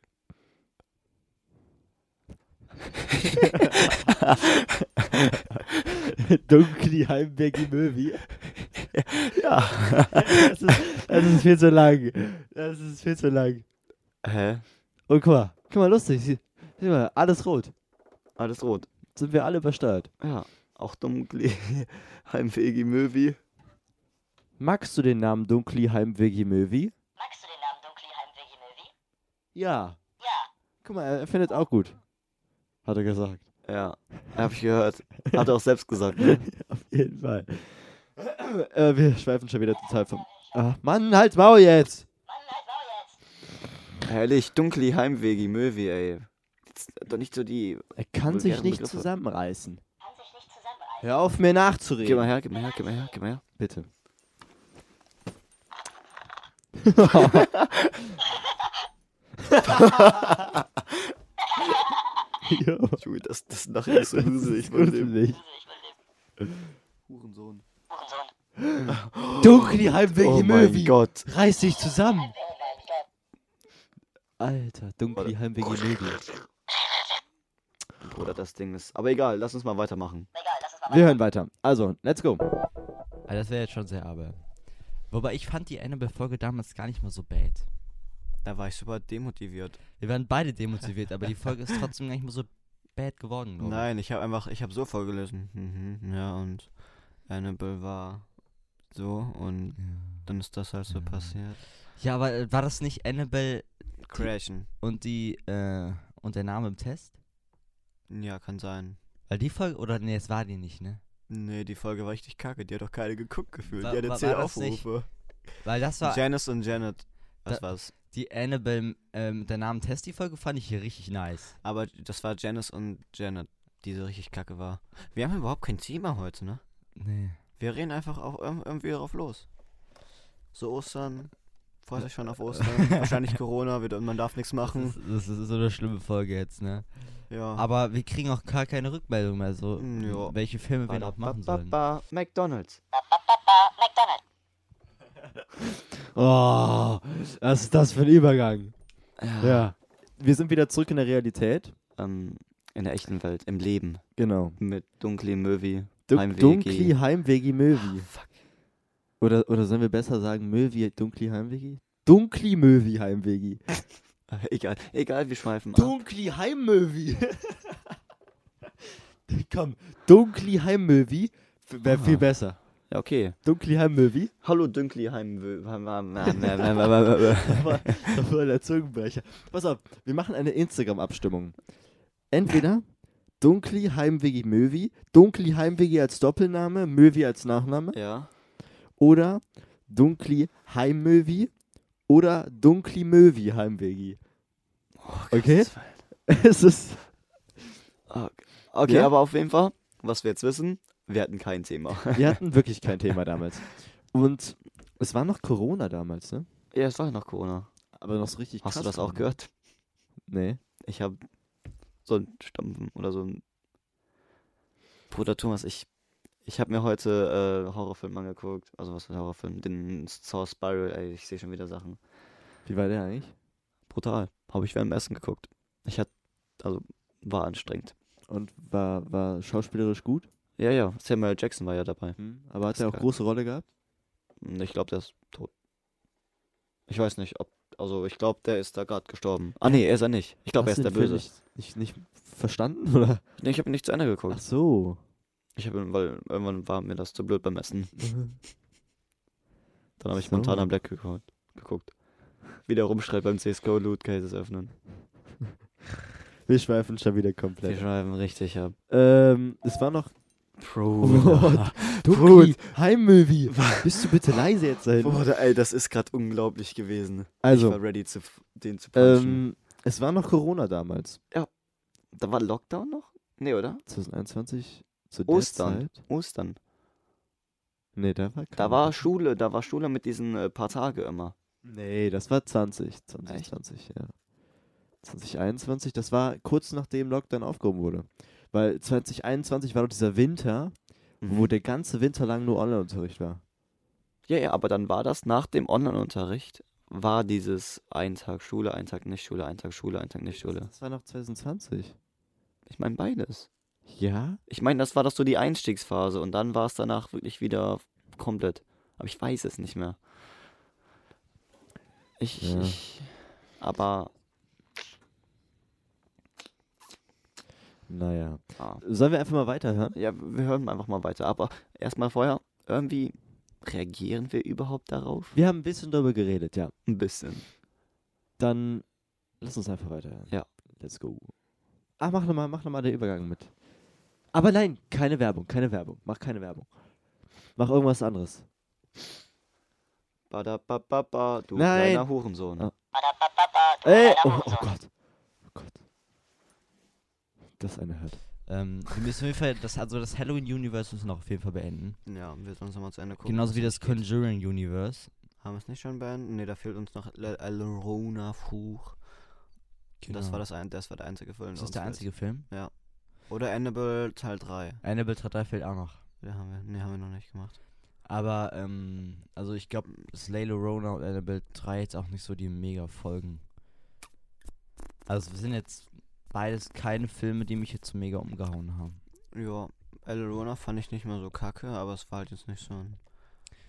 Dunkli Heimbeggy Möwi.
Ja.
Das ist, das ist viel zu lang. Das ist viel zu lang.
Hä?
Und guck mal, guck mal, lustig. Sieh sieh mal, alles rot.
Alles rot.
Sind wir alle besteuert.
Ja. Auch (laughs) Dunkli. Heimwegi Möwi.
Magst du den Namen Dunkli Heimbeggy Möwi?
Magst du den Namen Dunkliheim Veggie Movie?
Ja.
Ja.
Guck mal, er findet auch gut. Hat
(laughs)
er gesagt.
Ja. Hab ich gehört. Hat er auch selbst gesagt. Ne?
Auf jeden Fall. (clears throat) äh, wir schweifen schon wieder total vom. Ah, Mann, halt Maul jetzt!
Mann, halt Maul jetzt.
Herrlich. Dunkli Heimwegi Möwi, ey. Jetzt, doch nicht so die.
Er kann
Vulgäre
sich nicht
Begriffe.
zusammenreißen.
Kann sich nicht zusammenreißen.
Hör auf, mir
Gib
nachzureden.
mal her, gib mal her, gib mal her, gib mal her.
(laughs) Bitte. jo,
Junge, das, (laughs) das nachher ist so gruselig.
das nicht.
Grusel, ich will leben.
Hurensohn.
Hurensohn.
Dunkel die halbwege
Oh
oh
mein
Möwi.
Gott.
Reiß dich zusammen.
Oh mein Gott.
Alter, dunkel die halbwege Möwi.
Oder das Ding ist. Aber egal, lass uns mal weitermachen.
Egal, lass uns mal
Wir hören weiter. Also, let's go.
Ah, das wäre jetzt schon sehr aber. Wobei ich fand die eine Folge damals gar nicht mal so bad.
Da war ich super demotiviert.
Wir waren beide demotiviert, aber die Folge ist trotzdem gar nicht mal so bad geworden. glaub ich.
Nein, ich habe einfach, ich habe so vorgelesen. Mhm, ja, und Annabelle war so und dann ist das halt so
Ja.
passiert.
Ja, aber äh, war das nicht Annabelle
Crashen.
und die äh, und der Name im Test?
Ja, kann sein.
Weil die Folge oder nee, es war die nicht, ne?
Nee, die Folge war richtig kacke. Die hat doch keine geguckt gefühlt.
Wa-
die hatte
wa-
zehn
war das nicht-
Aufrufe.
Weil das war
Janice und Janet. Was
Da-
war's?
die Annabelle ähm, der Name im Test die Folge fand ich hier richtig nice.
Aber das war Janice und Janet, die so richtig kacke war. Wir haben überhaupt kein Thema heute, ne?
Nee.
Wir reden einfach auch irg- irgendwie drauf los. So Ostern. Freut euch schon auf
(laughs)
Ostern. Wahrscheinlich Corona, wird, man darf nichts
Das
machen.
ist, das ist so eine schlimme Folge jetzt, ne?
Ja.
Aber wir kriegen auch gar keine Rückmeldung mehr, so
Ah. Mm, ja.
welche Filme wir noch machen sollen.
Ba-ba-ba, McDonalds.
Papa McDonald.
Oh, was ist das für ein Übergang? Ja. Wir sind wieder zurück in der Realität.
Ähm, in der echten Welt, im Leben.
Genau.
Mit dunkli Möwi.
Dun
Heimwegi.
Dunkli Heimwegi
Ah,
Möwi. Oder, oder sollen wir besser sagen, Möwi Dunkli Heimwegi? Dunkli Möwi Heimwegi.
(laughs) Egal, egal, wir schweifen ab.
Dunkli Heimmöwi. (laughs) Komm, Dunkli Heimmöwi wäre viel besser.
Ja, okay.
Dunkli (laughs) Heimmöwi.
Hallo Dunkli Heimwö. Heim-
Das war- das war der Zungenbrecher. Pass auf, wir machen eine Instagram-Abstimmung. Entweder Dunkli Heimwegi Möwi, Dunkli Heimwegi als Doppelname, Möwi als Nachname
(laughs) Ja.
oder Dunkli Heimmöwi oder Dunkli Möwi Heimwegi. Okay? (laughs) Es ist.
Okay, okay
Ja?
aber auf jeden Fall, was wir jetzt wissen, wir hatten kein Thema.
Wir hatten wirklich kein Thema damals. Und es war noch Corona damals, ne?
(laughs) ja, es war ja noch Corona.
Aber noch so richtig
Hast du
krass
das auch
Corona.
gehört?
Nee.
Ich habe so ein Stampfen oder so ein. Bruder Thomas, ich. Ich habe mir heute äh, Horrorfilm angeguckt. Also, was für ein Horrorfilm? Den Saw Spiral, ey, ich sehe schon wieder Sachen.
Wie war der eigentlich?
Brutal. Habe ich während dem Essen geguckt. Ich hatte. Also, war anstrengend.
Und war, war schauspielerisch gut,
Ja, ja, Samuel Jackson war ja dabei.
aber hat
Ist
er auch
geil.
große Rolle gehabt?
Ich glaube, der ist tot. Ich weiß nicht, ob. Also, ich glaube, der ist da gerade gestorben. Ah, nee, er ist er nicht. Ich glaube, er
Hast
ist
du
der
den Film
Böse.
Nicht, nicht, nicht verstanden, oder?
Nee, ich habe nicht zu Ende geguckt.
Ach so.
Ich habe, weil irgendwann war mir das zu blöd beim Essen.
(laughs)
Dann habe ich
So.
Montana Black geguckt. geguckt. Wieder rumschreit beim CSGO Loot Cases öffnen.
Wir schweifen schon wieder
Die
komplett.
schreiben richtig ab.
Ähm, es war noch. (laughs)
(laughs)
Bruder.
Dunkli, Heimmöwi. Bist du bitte leise jetzt dahin?
Bruder, ey, das ist gerade unglaublich gewesen. Ich
Also,
war ne? ready, zu, f- den zu punchen.
ähm, es war noch Corona damals.
da war Lockdown noch? Nee, oder?
2021 zu
Ostern.
der Zeit.
Ostern.
Nee, da war
Da
kein-
war Schule, da war Schule mit diesen äh, paar Tage immer.
Nee, das war 20. 2020, ja. 2021, das war kurz nachdem Lockdown aufgehoben wurde. Weil 2021 war doch dieser Winter, wo
Mhm.
der ganze Winter lang nur Online-Unterricht war.
Ja, ja, aber dann war das nach dem Online-Unterricht, war dieses ein Tag Schule, ein Tag nicht Schule, ein Tag Schule, ein Tag nicht Schule.
Das war noch 2020.
Ich meine beides.
Ja?
Ich meine, das war doch so die Einstiegsphase und dann war es danach wirklich wieder komplett. Aber ich weiß es nicht mehr. Ich,
Ja.
ich aber
Naja.
ah.
Sollen wir einfach mal weiterhören?
ja, wir hören einfach mal weiter. Aber erstmal vorher, irgendwie reagieren wir überhaupt darauf?
Wir haben ein bisschen darüber geredet, ja.
Ein bisschen.
Dann lass uns einfach weiterhören.
Ja.
Let's go. Ach, mach nochmal, mach nochmal den Übergang mit. Aber nein, keine Werbung, keine Werbung. Mach keine Werbung. Mach irgendwas anderes.
Badabababa, du
Nein.
kleiner Hurensohn.
Ah.
Badabababa, du
Ey,
kleiner
oh, oh
Hurensohn.
Gott. Oh Gott. Das eine hört.
Ähm, wir müssen auf jeden Fall, das, also das Halloween-Universe müssen wir noch auf jeden Fall beenden.
Ja, wir sollen uns nochmal zu Ende gucken.
Genauso wie
was
das
geht.
Conjuring-Universe.
Haben wir es nicht schon beendet? Ne, da fehlt uns noch Elrona Fuch. Das,
Genau.
war das, ein, das war der einzige Film.
Das
der
ist der
uns fehlt.
einzige Film.
Oder Annabelle Teil 3.
Annabelle 3 fehlt auch noch.
Den haben wir, nee, haben wir noch nicht gemacht.
Aber, ähm, also ich glaube, Slay Rona und Annabelle 3 jetzt auch nicht so die mega Folgen. Also wir sind jetzt beides keine Filme, die mich jetzt so mega umgehauen haben.
Ja, Elrona fand ich nicht mehr so kacke, aber es war halt jetzt nicht so ein,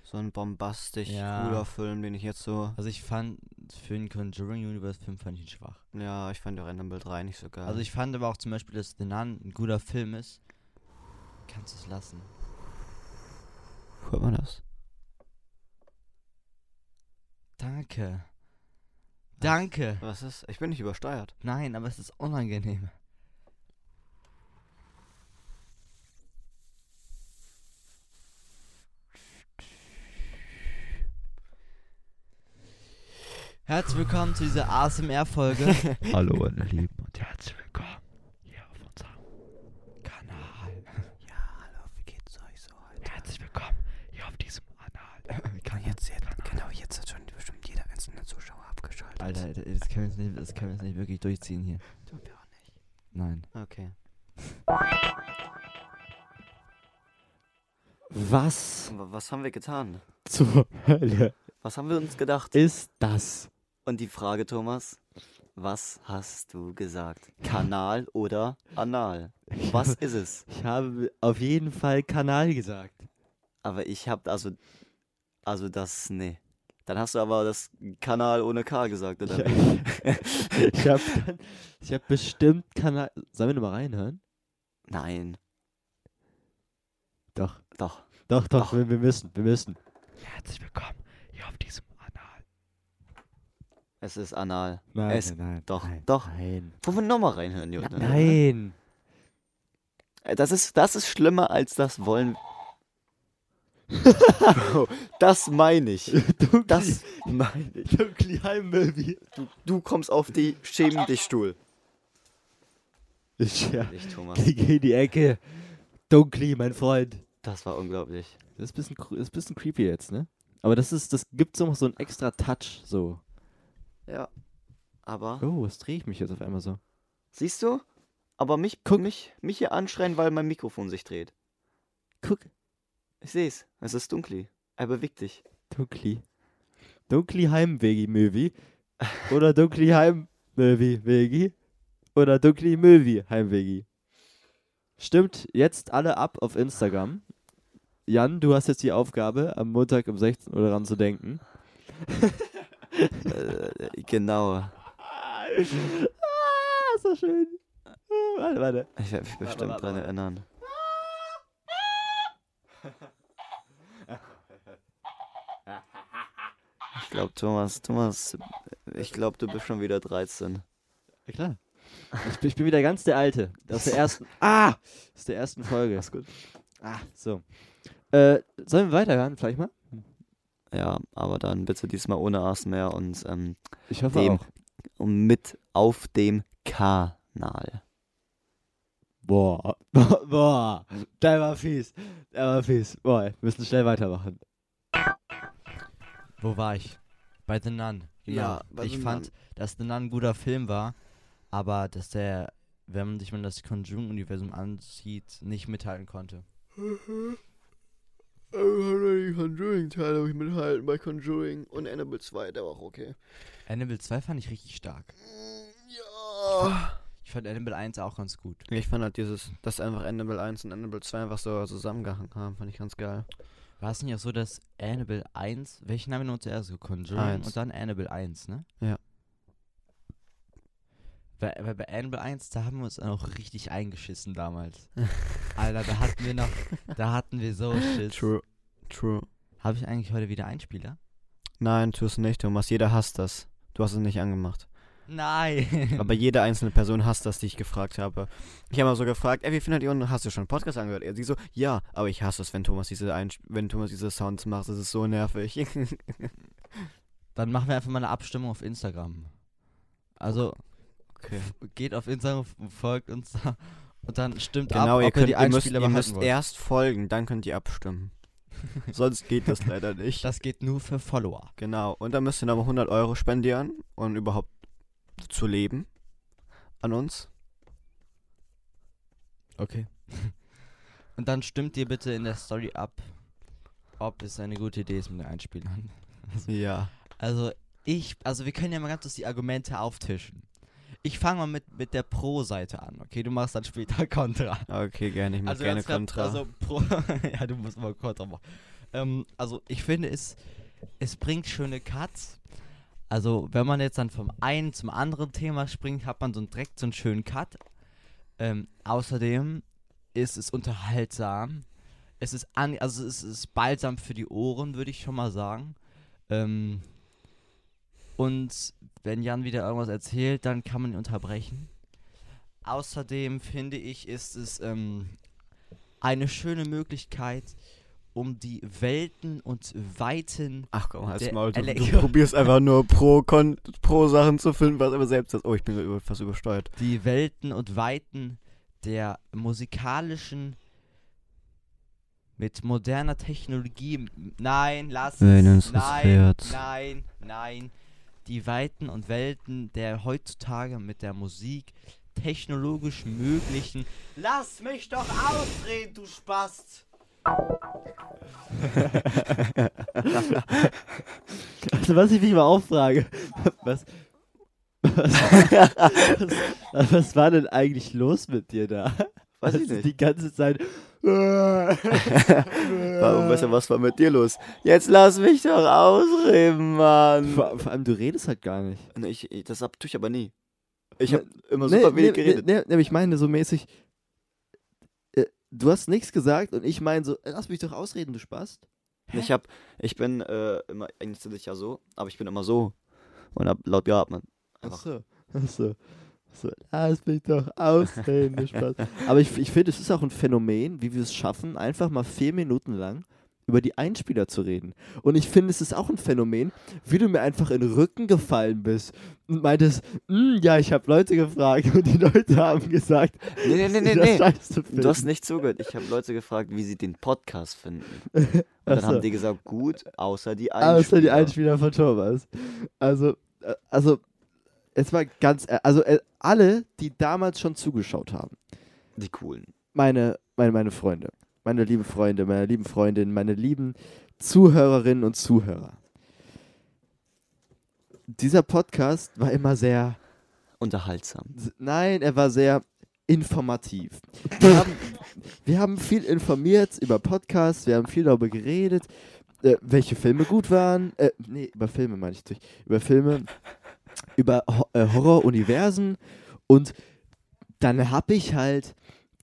so ein bombastisch
Ja.
cooler Film, den ich jetzt so.
Also ich fand, für den Conjuring-Universe-Film fand ich ihn schwach.
Ja, ich fand auch Annabelle 3 nicht so geil.
Also ich fand aber auch zum Beispiel, dass The Nun ein guter Film ist. Kannst du es lassen.
Hört man das?
Danke. Danke.
Was ist? Ich bin nicht übersteuert.
Nein, aber es ist unangenehm. Herzlich willkommen zu dieser ASMR-Folge.
(laughs) Hallo, meine Lieben und herzlich willkommen hier auf unserem Kanal.
Ja, hallo, wie geht's euch so heute?
Herzlich willkommen hier auf diesem Kanal.
Kann jetzt, jetzt, genau, jetzt hat schon bestimmt jeder einzelne Zuschauer abgeschaltet.
Alter, Alter, das können wir jetzt nicht, das können wir jetzt nicht wirklich durchziehen hier.
Tun wir auch nicht.
Nein.
Okay.
Was
Wa- Was haben wir getan?
zur Hölle
Was haben wir uns gedacht?
ist das?
Und die Frage, Thomas, was hast du gesagt? Kanal oder Anal?
(laughs)
Was ist es?
Ich habe auf jeden Fall Kanal gesagt.
Aber ich hab also, also das, nee. Dann hast du aber das Kanal ohne K gesagt, oder?
Ich habe dann, ich habe bestimmt Kanal. Sollen wir nochmal reinhören?
Nein,
Doch,
doch.
doch, doch,
Doch.
Wir, wir müssen, wir müssen. Herzlich willkommen hier auf diesem Kanal.
Es ist Anal.
Nein,
Es-
nein, nein.
doch,
nein,
doch.
Nein.
Wollen wir nochmal reinhören, Jutta?
Nein.
Äh, Das ist, das ist schlimmer als das
(laughs)
Wollen. Bro, das meine ich. Das meine ich.
Dunkly Heimbaby.
Du, du kommst auf die Schäm dich Stuhl.
Ich ja.
Nicht, Thomas.
Geh, geh in die Ecke. Dunkly, mein Freund.
Das war unglaublich.
Das ist ein bisschen, cr- das ist ein bisschen creepy jetzt, ne? Aber das ist, das gibt so noch so einen extra Touch, so.
Ja. Aber.
Oh, was drehe ich mich jetzt auf einmal so?
Siehst du? Aber mich, mich, mich hier anschreien, weil mein Mikrofon sich dreht.
Guck,
Ich seh's. Es ist dunkel. Er bewegt dich.
Dunkli. Dunkli Heimwegi Möwi. Oder Dunkli Heimmöwi Wegi. Oder Dunkli Möwi Heimwegi. Stimmt jetzt alle ab auf Instagram. Jan, du hast jetzt die Aufgabe, am Montag um 16 Uhr daran zu denken.
Äh, genau.
Ah, ist so schön. Ah, Warte, warte.
Ich werde mich bestimmt dran erinnern. Ich glaube, Thomas, Thomas, ich glaube, du bist schon wieder 13.
Ja, klar. Ich bin, ich bin wieder ganz der Alte. Aus der ersten. (laughs) Ah! Aus der ersten Folge. Alles gut. Ah, so. Äh, sollen wir weiterhören, vielleicht mal?
Ja, aber dann bitte diesmal ohne A's mehr und, ähm,
Ich hoffe
Dem.
auch.
und mit auf dem Kanal.
Boah. (laughs) Boah. Der war fies. Der war fies. Boah, wir müssen
(laughs)
schnell weitermachen.
Wo war ich? Bei The Nun. Genau.
Ja, bei
ich
The
fand, dass The Nun ein guter Film war, aber dass der, wenn man sich mal das Conjuring-Universum ansieht, nicht mithalten konnte.
Mhm. Die Conjuring-Teile habe ich mithalten bei Conjuring und Annabelle 2, der war auch okay.
Annabelle 2 fand ich richtig stark.
Ja.
Ich Ich fand Animal 1 auch ganz gut.
Ich fand halt dieses, dass einfach Annabelle 1 und Annabelle 2 einfach so zusammengehangen haben, fand ich ganz geil.
War es nicht auch so, dass Annabelle 1, welchen Namen nun zuerst? So Conjuring
Eins.
und dann Annabelle 1, ne?
Ja.
Bei, bei, bei Annabelle 1, da haben wir uns auch richtig eingeschissen damals. (laughs) Alter, da
(laughs)
hatten wir noch, da hatten wir so Shit.
True. True.
Habe ich eigentlich heute wieder einen Spieler?
Nein, tust du nicht, Thomas. Jeder hasst das. Du hast es nicht angemacht.
Nein.
Aber jede einzelne Person hasst das, die ich gefragt habe. Ich habe mal so gefragt, ey, wie findet ihr und hast du schon einen Podcast angehört? Er sie so, ja, aber ich hasse es, wenn Thomas diese Einsch wenn Thomas diese Sounds macht, das ist so nervig. (laughs)
Dann machen wir einfach mal eine Abstimmung auf Instagram. Also
okay.
geht auf Instagram, folgt uns da und dann stimmt
Genau,
ab,
ihr
ob
könnt
die
ihr müsst,
Einspieler
ihr müsst
behalten wollt.
erst folgen, dann könnt ihr
(laughs)
abstimmen. Sonst geht das leider nicht.
Das geht nur für Follower.
Genau, und dann müsst ihr nochmal 100 Euro spendieren, um überhaupt zu leben an
(laughs)
uns.
Okay. (laughs) Und dann stimmt ihr bitte in der Story ab, ob es eine gute Idee ist mit den Einspielern.
Ja.
Also ich, also wir können ja mal ganz kurz die Argumente auftischen. Ich fange mal mit, mit der Pro-Seite an, okay? Du machst dann später (laughs) Contra.
Okay, gerne, ich mach
Also
gerne
ganz klar,
Kontra.
Also pro, (laughs) ja, du musst mal Kontra machen. Ähm, also ich finde es, es bringt schöne Cuts. Also wenn man jetzt dann vom einen zum anderen Thema springt, hat man so einen direkt so einen schönen Cut. Ähm, außerdem ist es unterhaltsam. Es ist an, also es ist balsam für die Ohren, würde ich schon mal sagen. Ähm, und wenn Jan wieder irgendwas erzählt, dann kann man ihn unterbrechen. Außerdem finde ich, ist es ähm, eine schöne Möglichkeit, um die Welten und Weiten.
Ach komm, halt's
der
Maul. Du,
Elekt-
du probierst einfach nur pro, Kon pro Sachen zu finden, was aber selbst das. Oh, ich bin so über, fast übersteuert.
die Welten und Weiten der musikalischen mit moderner Technologie. Nein, lass
Wenn
es.
uns das
nein,
Herz-
nein, nein. Die Weiten und Welten der heutzutage mit der Musik technologisch möglichen. Lass mich doch ausreden, du Spast!
Also, was ich mich mal auffrage, was, was, was war denn eigentlich los mit dir da?
Weiß ich
Dass du
nicht.
Die ganze Zeit.
Warum, weißt du, was war mit dir los? Jetzt lass mich doch ausreden, Mann.
Vor, vor allem, du redest halt gar nicht.
Nee, Ne, ich, ich, das hab, tue ich aber nie.
Ne,
Ich habe immer
Nee,
super wenig
nee,
geredet.
Nee, nee, ich meine so mäßig, äh, du hast nichts gesagt und ich meine so, äh, lass mich doch ausreden, du Spast.
Ich hab, ich bin äh, immer, eigentlich sitze ich ja so, aber ich bin immer so und hab laut geatmet.
(laughs)
Einfach.
Achso, achso. So, lass mich doch ausreden, du Spast. (laughs) Aber ich, ich finde, es ist auch ein Phänomen, wie wir es schaffen, einfach mal vier Minuten lang über die Einspieler zu reden. Und ich finde, es ist auch ein Phänomen, wie du mir einfach in den Rücken gefallen bist und meintest, "Mm, ja, ich habe Leute gefragt und die Leute haben gesagt,
Nee, nee, nee, nee,
das
nee.
scheiße
Du hast nicht zugehört. Ich habe Leute gefragt, wie sie den Podcast finden. Und dann haben die gesagt, gut, außer die Einspieler.
Außer die Einspieler von Thomas. Also, äh, also, es war ganz, äh, also äh, alle, die damals schon zugeschaut haben,
Die coolen.
meine, meine, meine Freunde, meine lieben Freunde, meine lieben Freundinnen, meine lieben Zuhörerinnen und Zuhörer. Dieser Podcast war immer sehr,
Unterhaltsam.
s- nein, er war sehr informativ. Wir haben, wir haben viel informiert über Podcasts, wir haben viel darüber geredet, äh, welche Filme gut waren. Äh, nee, über Filme meine ich natürlich. Über Filme, über Ho äh, Horroruniversen. Und dann habe ich halt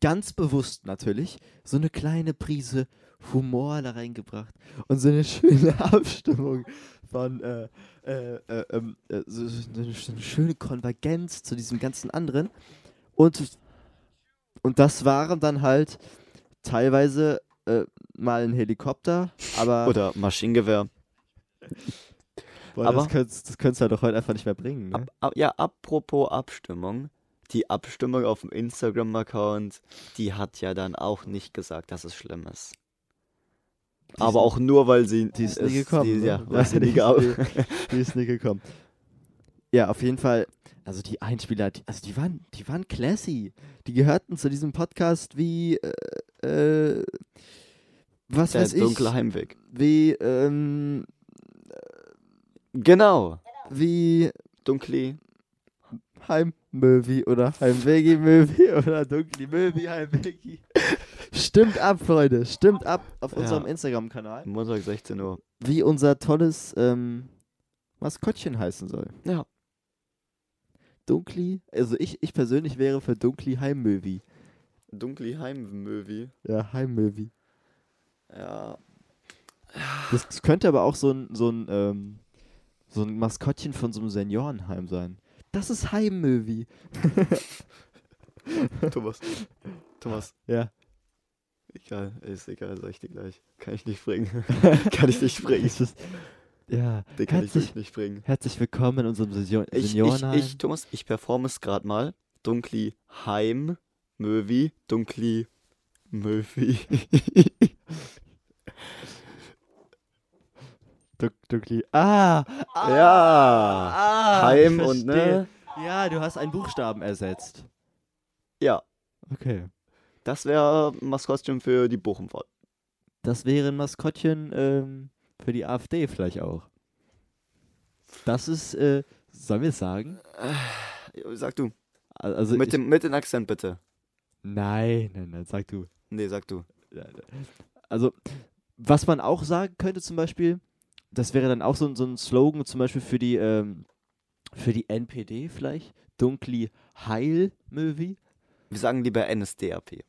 ganz bewusst natürlich so eine kleine Prise Humor da reingebracht und so eine (laughs) schöne Abstimmung von äh, äh, äh, ähm, äh, so, so eine, so eine schöne Konvergenz zu diesem ganzen anderen. Und, und das waren dann halt teilweise äh, mal ein Helikopter, aber
Oder Maschinengewehr.
Boah,
Aber-
das könntest, das könntest du halt doch heute einfach nicht mehr bringen. Ne?
Ab, ab, ja, apropos Abstimmung. Die Abstimmung auf dem Instagram-Account, die hat ja dann auch nicht gesagt, dass es schlimm ist. Aber auch nur, weil sie.
Die ist nie
es-
gekommen.
Die,
ne?
ja,
(laughs)
weil sie nie genau.
die,
geab-
ist nie- die ist nie gekommen. Ja, auf jeden Fall. Also die Einspieler, die, also die waren, die waren classy. Die gehörten zu diesem Podcast wie, äh, äh,
(laughs)
was
Der
weiß
dunkle
ich,
Heimweg.
wie, ähm,
Genau.
wie,
Dunkli
Heim-Möwi oder Heimwegi-Möwi (laughs) oder Dunkli-Möwi, Heimwegi. Stimmt ab, Freunde. Stimmt ab auf
Ja.
unserem Instagram-Kanal,
Montag 16 Uhr.
wie unser tolles ähm, Maskottchen heißen soll.
Ja.
Dunkli, also ich, ich persönlich wäre für Dunkli Heimmöwi.
Dunkli Heim-Movie.
Ja, Heimmöwi. (laughs)
Ja.
Das, das könnte aber auch so ein, so ein, ähm, so ein Maskottchen von so einem Seniorenheim sein. Das ist Heimmöwi.
Thomas. Thomas.
Ja.
Egal, ist egal, sag ich dir gleich. Kann ich nicht
(laughs)
bringen. Kann ich nicht bringen.
Das ist- ja,
Den kann ich
herzlich,
wirklich nicht bringen.
herzlich willkommen in unserem Senior
Ich, ich,
Seniorenheim.
ich, Thomas, ich performe es gerade mal. Dunkli Heim, Möwi, Dunkli
(laughs)
Möwi.
Duck, duckli. Ah!
ja.
ah
Heim
ich
und
verstehe.
ne?
Ja, du hast einen Buchstaben ersetzt.
Ja,
Okay.
das wäre Maskottchen für die Bochumfahrt.
Das wäre ein Maskottchen ähm, für die AfD vielleicht auch. Das ist, äh, sollen wir es sagen?
Sag du.
Al- Also
mit,
ich,
dem, mit dem Akzent bitte.
Nein, nein, nein, sag du.
Nee, sag du.
Also, was man auch sagen könnte zum Beispiel, das wäre dann auch so, ein- so ein Slogan zum Beispiel für die, ähm, für die NPD vielleicht, Dunkli Heil Möwi.
Wir sagen lieber NSDAP.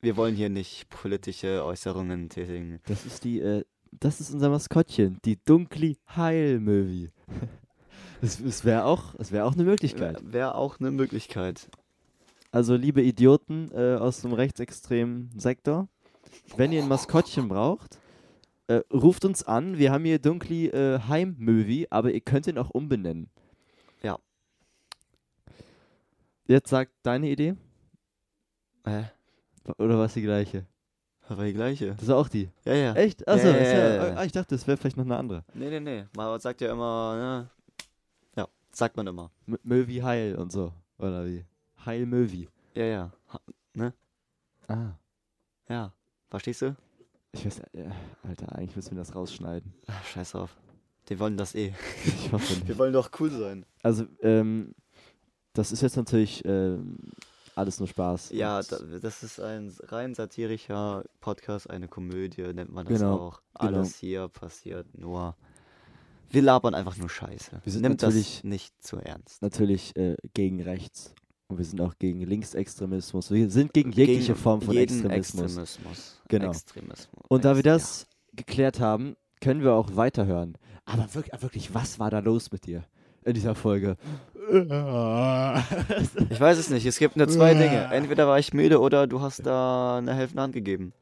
Wir wollen hier nicht politische Äußerungen tätigen.
Das ist die, äh, das ist unser Maskottchen, die Dunkli Heil Möwi. (laughs) Das, das wäre auch, das wäre auch eine Möglichkeit.
Wäre auch eine Möglichkeit.
Also, liebe Idioten äh, aus dem rechtsextremen Sektor, wenn ihr ein Maskottchen braucht, äh, ruft uns an. Wir haben hier Dunkli äh, Heimmöwi, aber ihr könnt ihn auch umbenennen.
Ja.
Jetzt sagt deine Idee
Hä?
oder was die gleiche?
Aber die gleiche.
Das ist auch die.
Ja, ja.
Echt? Achso,
Ja, ja,
ist
ja, ja.
ah, ich dachte, das wäre vielleicht noch eine andere.
Nee, nee, nee. Man sagt ja immer, ne? Ja, sagt man immer.
M Möwi Heil und so. Oder wie? Heil Möwi.
Ja, ja. Ha-
Ah.
Ja. Verstehst du?
Ich weiß, äh, Alter, eigentlich müssen wir das rausschneiden. (laughs)
Ach, Ah, scheiß drauf. Die wollen das eh.
Ich hoffe nicht.
wollen doch cool sein.
Also, ähm, das ist jetzt natürlich ähm, alles nur Spaß.
Ja,
Und-
da, das ist ein rein satirischer Podcast, eine Komödie nennt man das
Genau,
auch. Alles hier passiert nur. Wir labern einfach nur Scheiße.
Wir sind
Nimmt
natürlich-
das nicht zu ernst.
natürlich äh, gegen rechts. Und wir sind auch gegen Linksextremismus. Wir sind gegen jegliche
Gegen
Form von
jeden
Extremismus.
Extremismus.
Genau.
Extremismus.
Und da
Ex-
wir das geklärt haben, können wir auch weiterhören. Aber wirklich, wirklich was war da los mit dir in
(laughs)
dieser Folge? (laughs)
ja. Ich weiß es nicht. Es gibt nur zwei Dinge. Entweder war ich müde oder du hast da eine helfende Hand gegeben.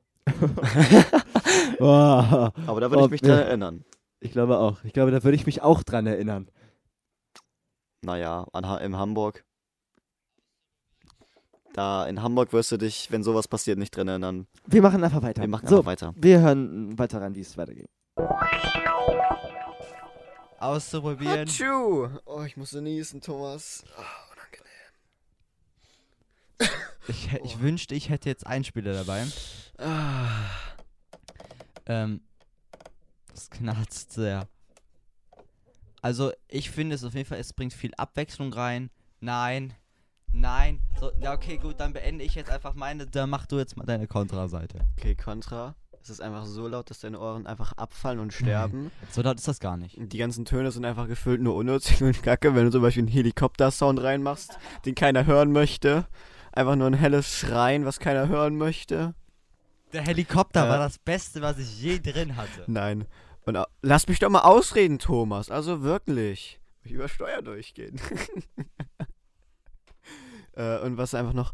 Ah,
Aber da würde
Ob-
ich mich dran erinnern.
ich glaube auch. Ich glaube, da würde ich mich auch dran erinnern.
Naja, an ha in Hamburg. Da in Hamburg wirst du dich, wenn sowas passiert, nicht dran erinnern.
Wir machen einfach weiter.
Wir machen
so,
einfach weiter.
wir hören weiter rein, wie es weitergeht.
Auszuprobieren.
Tschu! Oh, ich musste niesen, Thomas.
Ich, hä- ich wünschte, ich hätte jetzt einen Spieler dabei. Ah. Ähm, das knarzt sehr. Also, ich finde es auf jeden Fall, es bringt viel Abwechslung rein. Nein. Nein. So, ja, okay, gut, dann beende ich jetzt einfach meine. Dann mach du jetzt mal deine Kontraseite.
Okay, Contra. Es ist einfach so laut, dass deine Ohren einfach abfallen und sterben.
So laut ist das gar nicht.
Die ganzen Töne sind einfach gefüllt nur unnötig und kacke, wenn du zum Beispiel einen Helikopter-Sound reinmachst, den keiner hören möchte. Einfach nur ein helles Schreien, was keiner hören möchte.
Der Helikopter
Äh.
war das Beste, was ich je drin hatte.
Nein. Und au- lass mich doch mal ausreden, Thomas. Also wirklich. Ich übersteuer durchgehen. (laughs) äh, und was einfach noch.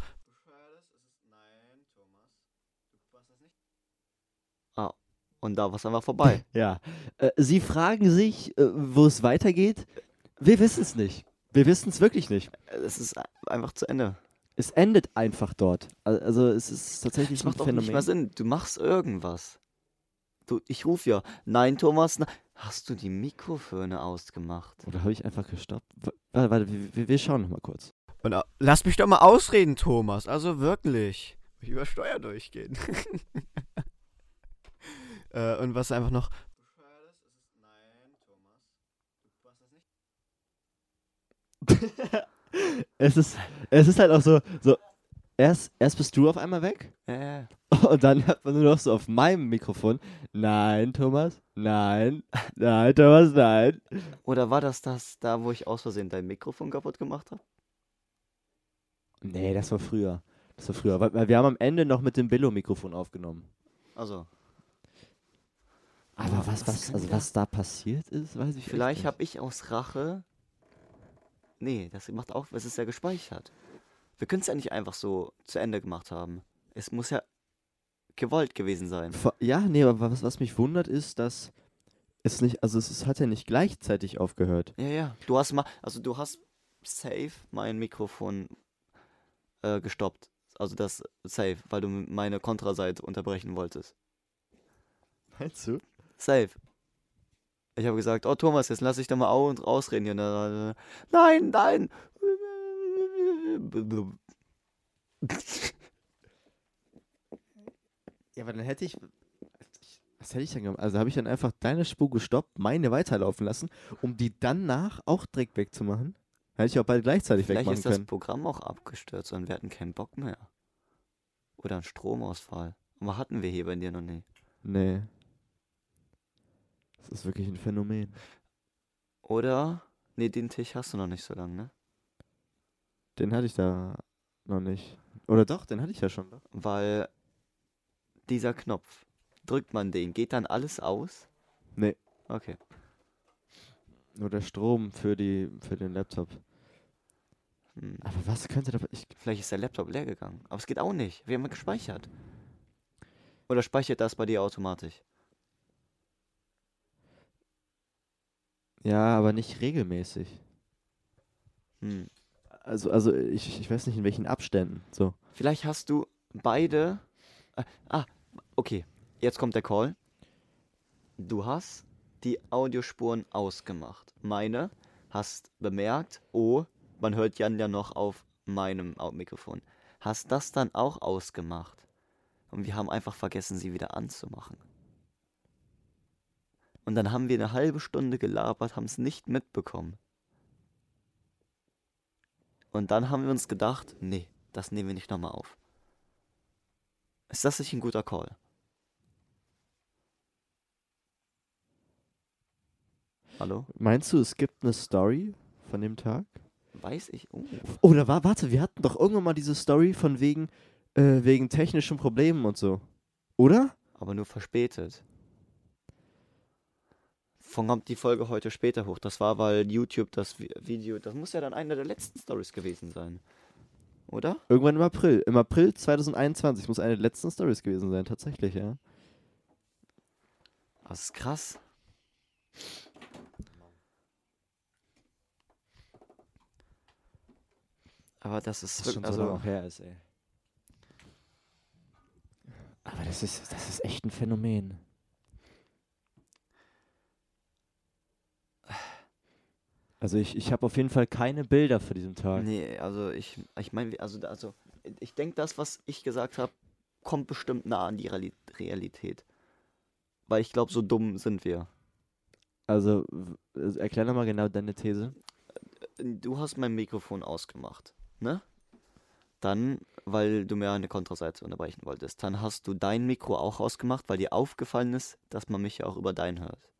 Und da war es einfach vorbei.
Ja. Äh, Sie fragen sich, äh, wo es weitergeht. Wir wissen es nicht. Wir wissen es wirklich nicht.
Äh, es ist ein- einfach zu Ende.
Es endet einfach dort. Al- Also es ist tatsächlich
Das
ein
macht doch nicht
Phänomen.
mehr Sinn. Du machst irgendwas. Du, ich rufe ja. Nein, Thomas, na hast du die Mikrofone ausgemacht?
Oder habe ich einfach gestoppt? W- Warte, warte wir, wir- wir schauen nochmal
(laughs)
kurz.
Und au- lass mich doch mal ausreden, Thomas. Also wirklich. Ich übersteuer durchgehen. (laughs) äh, und was einfach noch.
es, ist, es ist halt auch so, so erst, erst bist du auf einmal weg
Ja,
und dann hat man nur noch so auf meinem Mikrofon, nein, Thomas, nein, nein, Thomas, nein.
Oder war das das, da wo ich aus Versehen dein Mikrofon kaputt gemacht habe?
Nee, das war früher. Das war früher. Weil- weil Wir haben am Ende noch mit dem Billo-Mikrofon aufgenommen.
Also,
Aber
Aber
was,
was
was,
kann
also
da-
was da passiert ist, weiß ich
vielleicht
hab
habe ich aus Rache. Nee, das macht auch, es ist ja gespeichert. Wir können es ja nicht einfach so zu Ende gemacht haben. Es muss ja gewollt gewesen sein.
Vor- Ja, nee, aber was, was mich wundert ist, dass es nicht, also es, es hat ja nicht gleichzeitig aufgehört.
Ja, ja. Du hast mal, also du hast safe mein Mikrofon äh, gestoppt. Also das safe, weil du meine Kontraseite unterbrechen wolltest.
Meinst du?
Safe. Ich habe gesagt, oh Thomas, jetzt lass ich doch mal au- und ausreden hier. Und dann- Nein, nein.
Ja, aber dann hätte ich. Was hätte ich denn gemacht? Also habe ich dann einfach deine Spur gestoppt, meine weiterlaufen lassen, um die danach auch direkt wegzumachen? Hätte ich auch beide gleichzeitig
Vielleicht
wegmachen
ist das
können.
Programm auch abgestürzt und wir hatten keinen Bock mehr. Oder einen Stromausfall. Aber hatten wir hier bei dir noch nie.
Nee. Das ist wirklich ein Phänomen.
Oder? Nee, den Tisch hast du noch nicht so lange, ne?
Den hatte ich da noch nicht. Oder doch, den hatte ich ja schon. Doch.
Weil dieser Knopf, drückt man den, geht dann alles aus?
Nee.
Okay.
Nur der Strom für, die, für den Laptop.
Hm.
Aber was könnte da. Ich,
Vielleicht ist der Laptop leer gegangen. Aber es geht auch nicht. Wir haben ja gespeichert. Oder speichert das bei dir automatisch?
ja, aber nicht regelmäßig.
Hm.
Also, also ich, ich weiß nicht, in welchen Abständen. So.
Vielleicht hast du beide. Äh, ah, okay. Jetzt kommt der Call. Du hast die Audiospuren ausgemacht. Meine hast bemerkt, oh, man hört Jan ja noch auf meinem Au- Mikrofon. Hast das dann auch ausgemacht. Und wir haben einfach vergessen, sie wieder anzumachen. Und dann haben wir eine halbe Stunde gelabert, haben es nicht mitbekommen. Und dann haben wir uns gedacht, nee, das nehmen wir nicht nochmal auf. Ist das nicht ein guter Call? Hallo?
Meinst du, es gibt eine Story von dem Tag?
Weiß ich. Oh.
Oder war, warte, wir hatten doch irgendwann mal diese Story von wegen, äh, wegen technischen Problemen und so. Oder?
Aber nur verspätet. Von kommt die Folge heute später hoch. Das war, weil YouTube das Vi- Video. Das muss ja dann eine der letzten Stories gewesen sein. Oder?
Irgendwann im April. Im April 2021 muss eine der letzten Stories gewesen sein, tatsächlich, ja.
Das ist krass. Aber das ist wirklich. also,
her ist, ey. Aber das ist, das ist echt ein Phänomen. Also ich, ich habe auf jeden Fall keine Bilder für diesen Tag.
Nee, also ich, ich meine, also, da- also ich denke, das, was ich gesagt habe, kommt bestimmt nah an die Reali- Realität. Weil ich glaube, so dumm sind wir.
Also w- also erklär nochmal genau deine These.
Du hast mein Mikrofon ausgemacht, ne? Dann, weil du mir eine Kontraseite unterbrechen wolltest. Dann hast du dein Mikro auch ausgemacht, weil dir aufgefallen ist, dass man mich ja auch über dein hört.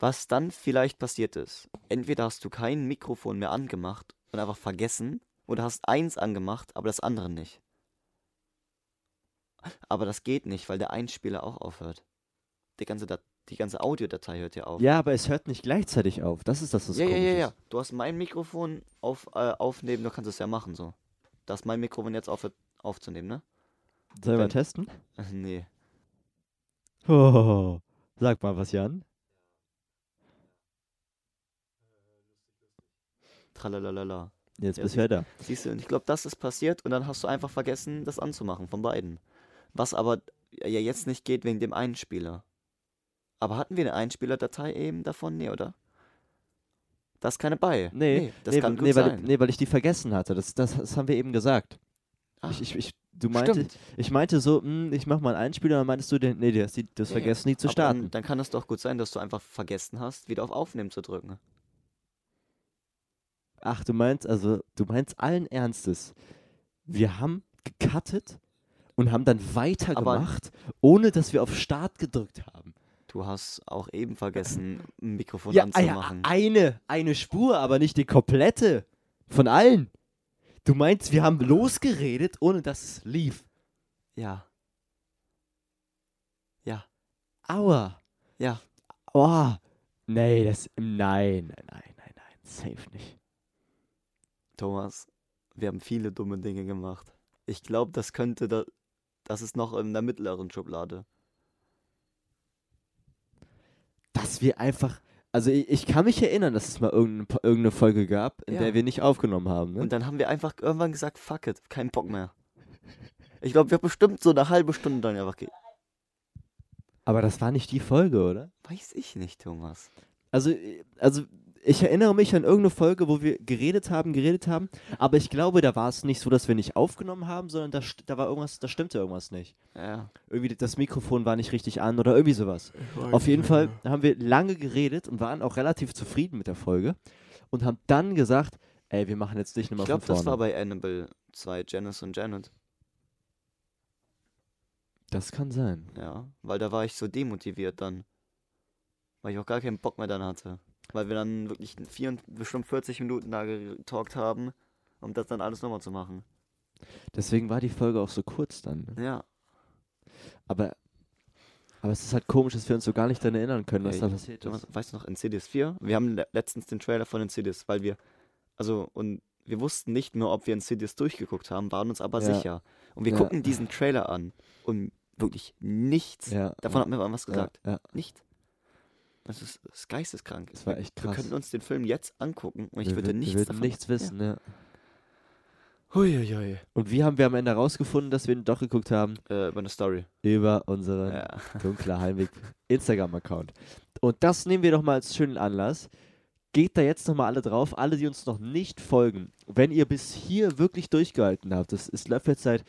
Was dann vielleicht passiert ist, entweder hast du kein Mikrofon mehr angemacht und einfach vergessen, oder hast eins angemacht, aber das andere nicht. Aber das geht nicht, weil der Einspieler auch aufhört. Die ganze, Dat die ganze Audiodatei hört ja auf.
Ja, aber es hört nicht gleichzeitig auf. Das ist das, was
Ja, ja,
komisch
ja,
ist.
ja. Du hast mein Mikrofon auf, äh, aufnehmen, du kannst es ja machen so. Dass mein Mikrofon jetzt aufhört aufzunehmen, ne? (laughs)
Sollen wir
Wenn-
testen? (laughs)
nee.
Oh, sag mal was, Jan.
Tralalala.
Jetzt
Ja,
bist du ja da.
Siehst du, und ich glaube, das ist passiert und dann hast du einfach vergessen, das anzumachen von beiden. Was aber ja jetzt nicht geht wegen dem Einspieler. Aber hatten wir eine Einspielerdatei eben davon? Nee, oder? Das ist keine bei.
Nee,
das
nee,
kann
w-
gut
nee, weil,
sein.
nee, weil ich die vergessen hatte. Das, das, das haben wir eben gesagt.
Ah,
Ich, ich, ich, du meinte,
stimmt.
ich meinte so, hm, ich mach mal einen Einspieler, dann meintest du, den, nee, du hast die, das
Ja, ja.
vergessen, nie zu
Aber dann-
starten.
Dann kann es doch gut sein, dass du einfach vergessen hast, wieder auf Aufnehmen zu drücken.
Ach, du meinst, also, du meinst allen Ernstes, wir haben gecuttet und haben dann weitergemacht, ohne dass wir auf Start gedrückt haben.
Du hast auch eben vergessen, ein Mikrofon
ja, ah ja,
anzumachen.
eine, eine Spur, aber nicht die komplette. Von allen. Du meinst, wir haben losgeredet, ohne dass es lief.
Ja. Ja.
Aua.
Ja.
Oh. Nee, das. Nein, nein, nein, nein, nein. Safe nicht.
Thomas, wir haben viele dumme Dinge gemacht. Ich glaube, das könnte, da, das ist noch in der mittleren Schublade.
Dass wir einfach. Also ich, ich kann mich erinnern, dass es mal irgendeine, Po- irgendeine Folge gab, in
Ja.
der wir nicht aufgenommen haben. Ne?
Und dann haben wir einfach irgendwann gesagt, fuck it, keinen Bock mehr. Ich glaube, wir haben bestimmt so eine halbe Stunde dann einfach ge
Aber das war nicht die Folge, oder?
Weiß ich nicht, Thomas.
Also, äh, also ich erinnere mich an irgendeine Folge, wo wir geredet haben, geredet haben, aber ich glaube, da war es nicht so, dass wir nicht aufgenommen haben, sondern da, st- da war irgendwas, da stimmte irgendwas nicht.
Ja.
Irgendwie das Mikrofon war nicht richtig an oder irgendwie sowas. Auf jeden Fall haben wir lange geredet und waren auch relativ zufrieden mit der Folge und haben dann gesagt, ey, wir machen jetzt nicht
Ich
nochmal von
glaube,
vorne.
das war bei Annabelle 2, Janice und Janet.
das kann sein.
Ja. Weil da war ich so demotiviert dann. Weil ich auch gar keinen Bock mehr dann hatte. Weil wir dann wirklich 4, bestimmt 40 Minuten da getalkt haben, um das dann alles nochmal zu machen.
Deswegen war die Folge auch so kurz dann. Ne?
Ja.
Aber, aber es ist halt komisch, dass wir uns so gar nicht daran erinnern können, was
Ey,
da passiert ist.
Thomas, weißt du noch, in CDS 4? Wir haben le- letztens den Trailer von Insidious, weil wir, also, und wir wussten nicht mehr, ob wir Insidious durchgeguckt haben, waren uns aber
Ja.
sicher. Und wir
Ja.
gucken diesen Trailer an und wirklich nichts.
Ja,
Davon
ja,
hat mir mal was gesagt.
Ja, ja,
Nicht. Das ist, das ist geisteskrank.
das war echt
wir
krass.
könnten uns den Film jetzt angucken und ich
Wir
würde
würden- wir
nichts
würden
davon.
nichts wissen. Ja.
Huiuiui.
Und wie haben wir am Ende rausgefunden, dass wir ihn doch geguckt haben?
Äh, über eine Story.
Über unseren
Ja.
dunkler Heimweg Instagram-Account. Und das nehmen wir doch mal als schönen Anlass. Geht da jetzt nochmal alle drauf, alle, die uns noch nicht folgen. Wenn ihr bis hier wirklich durchgehalten habt, das ist läuft jetzt seit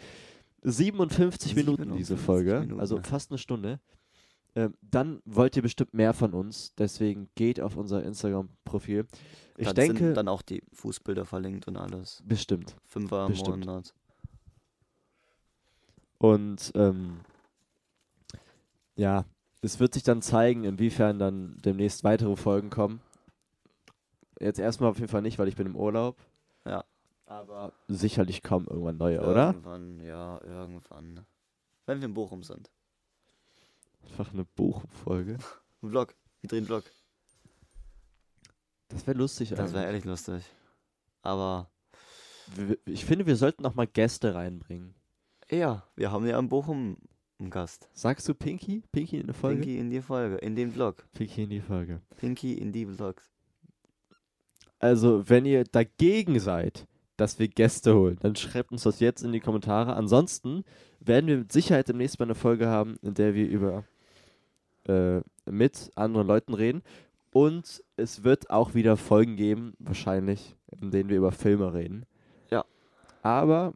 57 Minuten diese
57
Folge,
Minuten,
also
ja.
fast eine Stunde, ähm, dann wollt ihr bestimmt mehr von uns. Deswegen geht auf unser Instagram-Profil. Ich
Dann
denke,
Sind dann auch die Fußbilder verlinkt und alles.
bestimmt.
Fünfer im
Bestimmt.
Monat.
Und ähm, ja, es wird sich dann zeigen, inwiefern dann demnächst weitere Folgen kommen. Jetzt erstmal auf jeden Fall nicht, weil ich bin im Urlaub.
Ja.
Aber sicherlich kommen irgendwann neue, oder?
Irgendwann, ja, irgendwann. Wenn wir in Bochum sind.
Einfach eine Buchfolge.
Ein Vlog. Wir drehen einen Vlog.
Das wäre lustig.
Das wäre
eigentlich.
ehrlich lustig. Aber
Wir- ich finde, wir sollten noch mal Gäste reinbringen.
ja, wir haben ja in Bochum einen Gast.
Sagst du Pinky? Pinky in eine Folge?
Pinky in die Folge, in den Vlog.
Pinky in die Folge.
Pinky in die Vlogs.
Also, wenn ihr dagegen seid, dass wir Gäste holen, dann schreibt uns das jetzt in die Kommentare. Ansonsten werden wir mit Sicherheit demnächst mal eine Folge haben, in der wir über äh, mit anderen Leuten reden. Und es wird auch wieder Folgen geben, wahrscheinlich, in denen wir über Filme reden.
Ja.
Aber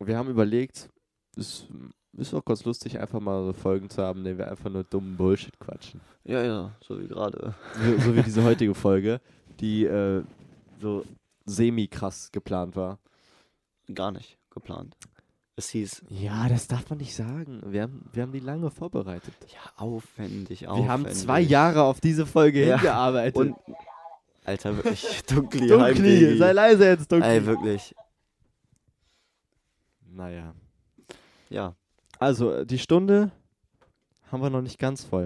wir haben überlegt, es ist auch ganz lustig, einfach mal so Folgen zu haben, in denen wir einfach nur dummen Bullshit quatschen
Ja, ja, so wie gerade.
so, so wie diese heutige Folge, die äh, so semi-krass geplant war.
Gar nicht geplant. Es hieß,
Ja, das darf man nicht sagen. Wir haben, wir haben die lange vorbereitet.
ja, aufwendig, aufwendig.
Wir haben zwei Jahre auf diese Folge
Ja.
hingearbeitet.
Und, Alter,
(laughs)
wirklich, dunkli,
Dunkli, sei leise jetzt, Dunkli.
Ey, wirklich.
naja.
Ja,
Also, äh, die Stunde haben wir noch nicht ganz voll.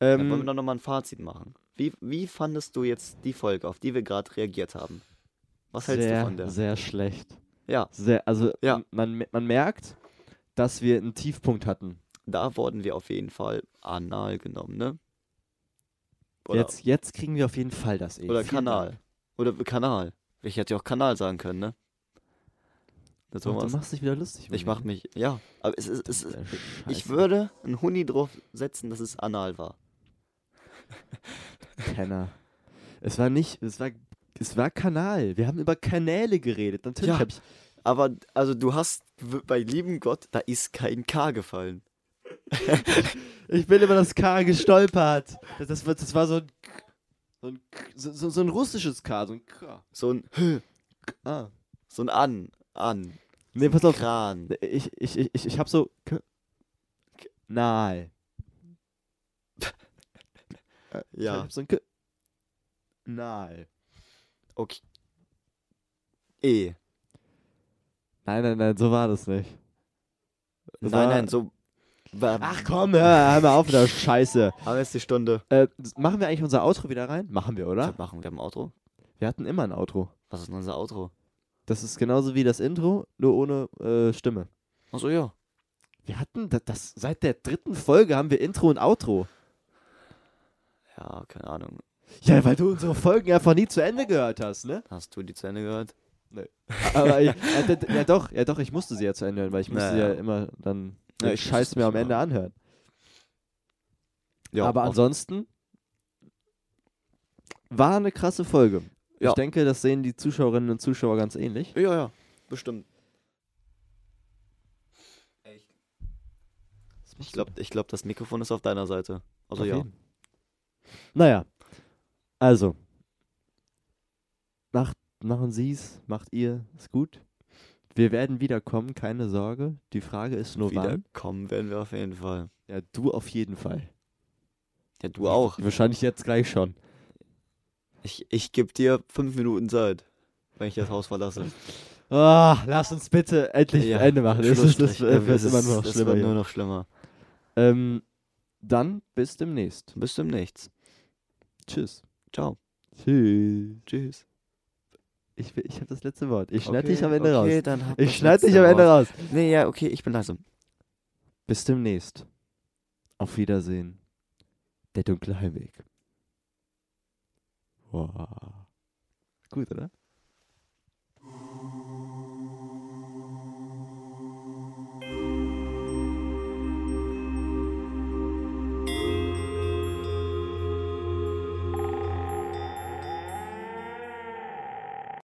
Ähm,
dann wollen wir doch nochmal ein Fazit machen. Wie, wie fandest du jetzt die Folge, auf die wir gerade reagiert haben? Was hältst
sehr,
du von der?
Sehr schlecht.
Ja.
Sehr, also,
Ja.
Man, man merkt, dass wir einen Tiefpunkt hatten.
da wurden wir auf jeden Fall anal genommen, ne? Oder,
Jetzt, jetzt kriegen wir auf jeden Fall das E.
oder
Vielen
Kanal.
Dank.
Oder Kanal. Ich hätte ja auch Kanal sagen können, ne? Der
Und
Thomas.
Du machst dich wieder lustig. über
ich mach
mich.
mich, ja. Aber es ist, es ist
Äh,
ich
Scheiße.
würde einen Huni drauf setzen, dass es anal war.
Penner. Es war nicht, es war, es war Kanal. Wir haben über Kanäle geredet. Natürlich
Ja.
hab ich.
Aber, also du hast, w- bei lieben Gott, da ist kein K gefallen.
Ich bin über das K gestolpert. Das, das, war- das war so ein So ein, K- so, so, so ein russisches K, so ein K.
So ein,
Ah.
so ein An, An,
Nee, pass auf.
Kran.
Ich, ich, ich, ich, ich hab so. K K Nein. Ich
Ja,
hab so ein K Nein.
okay. E.
Nein, nein, nein, so war das nicht.
Nein,
Das war- Ah.
nein, so. wa-
Ach komm, hör, hör mal auf mit der Scheiße.
Haben wir jetzt die Stunde.
Äh, machen wir eigentlich unser Outro wieder rein? Machen wir, oder?
Was machen wir? Wir haben ein Outro?
Wir hatten immer ein Outro.
Was ist denn unser Outro?
Das ist genauso wie das Intro, nur ohne äh, Stimme.
Achso, ja.
Wir hatten das, das seit der dritten Folge haben wir Intro und Outro.
Ja, keine Ahnung.
Ja, weil du unsere Folgen einfach nie zu Ende gehört hast, ne?
Hast du die zu Ende gehört? (laughs)
Aber ich, ja, d- d- ja doch, ja doch, ich musste sie ja zu Ende hören, weil ich musste sie ja
Naja.
immer dann
Ja,
ja,
ich-
Scheiß mir am Ende anhören.
Ja,
Aber
auch-
ansonsten war eine krasse Folge. Ich
Ja.
denke, das sehen die Zuschauerinnen und Zuschauer ganz ähnlich.
Ja, ja, bestimmt. Ich glaube, ich glaub, das Mikrofon ist auf deiner Seite. Also
Auf
ja.
jeden. Naja, also. Macht, machen Sie's, macht ihr, ist gut. Wir werden wiederkommen, keine Sorge. Die Frage ist nur
Wieder
wann.
kommen werden wir auf jeden Fall.
Ja, du auf jeden Fall.
Ja, du auch.
Wahrscheinlich jetzt gleich schon.
Ich, ich gebe dir fünf Minuten Zeit, wenn ich das Haus
(laughs)
verlasse.
Ah, lass uns bitte endlich
Ja,
ein Ende machen. Es ist, das
Schlussstrich.
äh,
Ja,
wird
es
immer nur noch
es
schlimmer.
Wird nur
hier.
noch schlimmer.
Ähm, dann bis demnächst.
Bis demnächst.
Tschüss.
Ciao.
Tschüss.
Tschüss.
Ich, will- ich habe das letzte Wort. Ich schneide dich am Ende
okay,
raus.
Dann hab
Ich
das
schneide dich
letzte
am Ende
Wort.
raus.
Nee, ja, okay, ich bin leise.
Bis demnächst. Auf Wiedersehen. Der dunkle Heimweg. Wow. Gut, oder?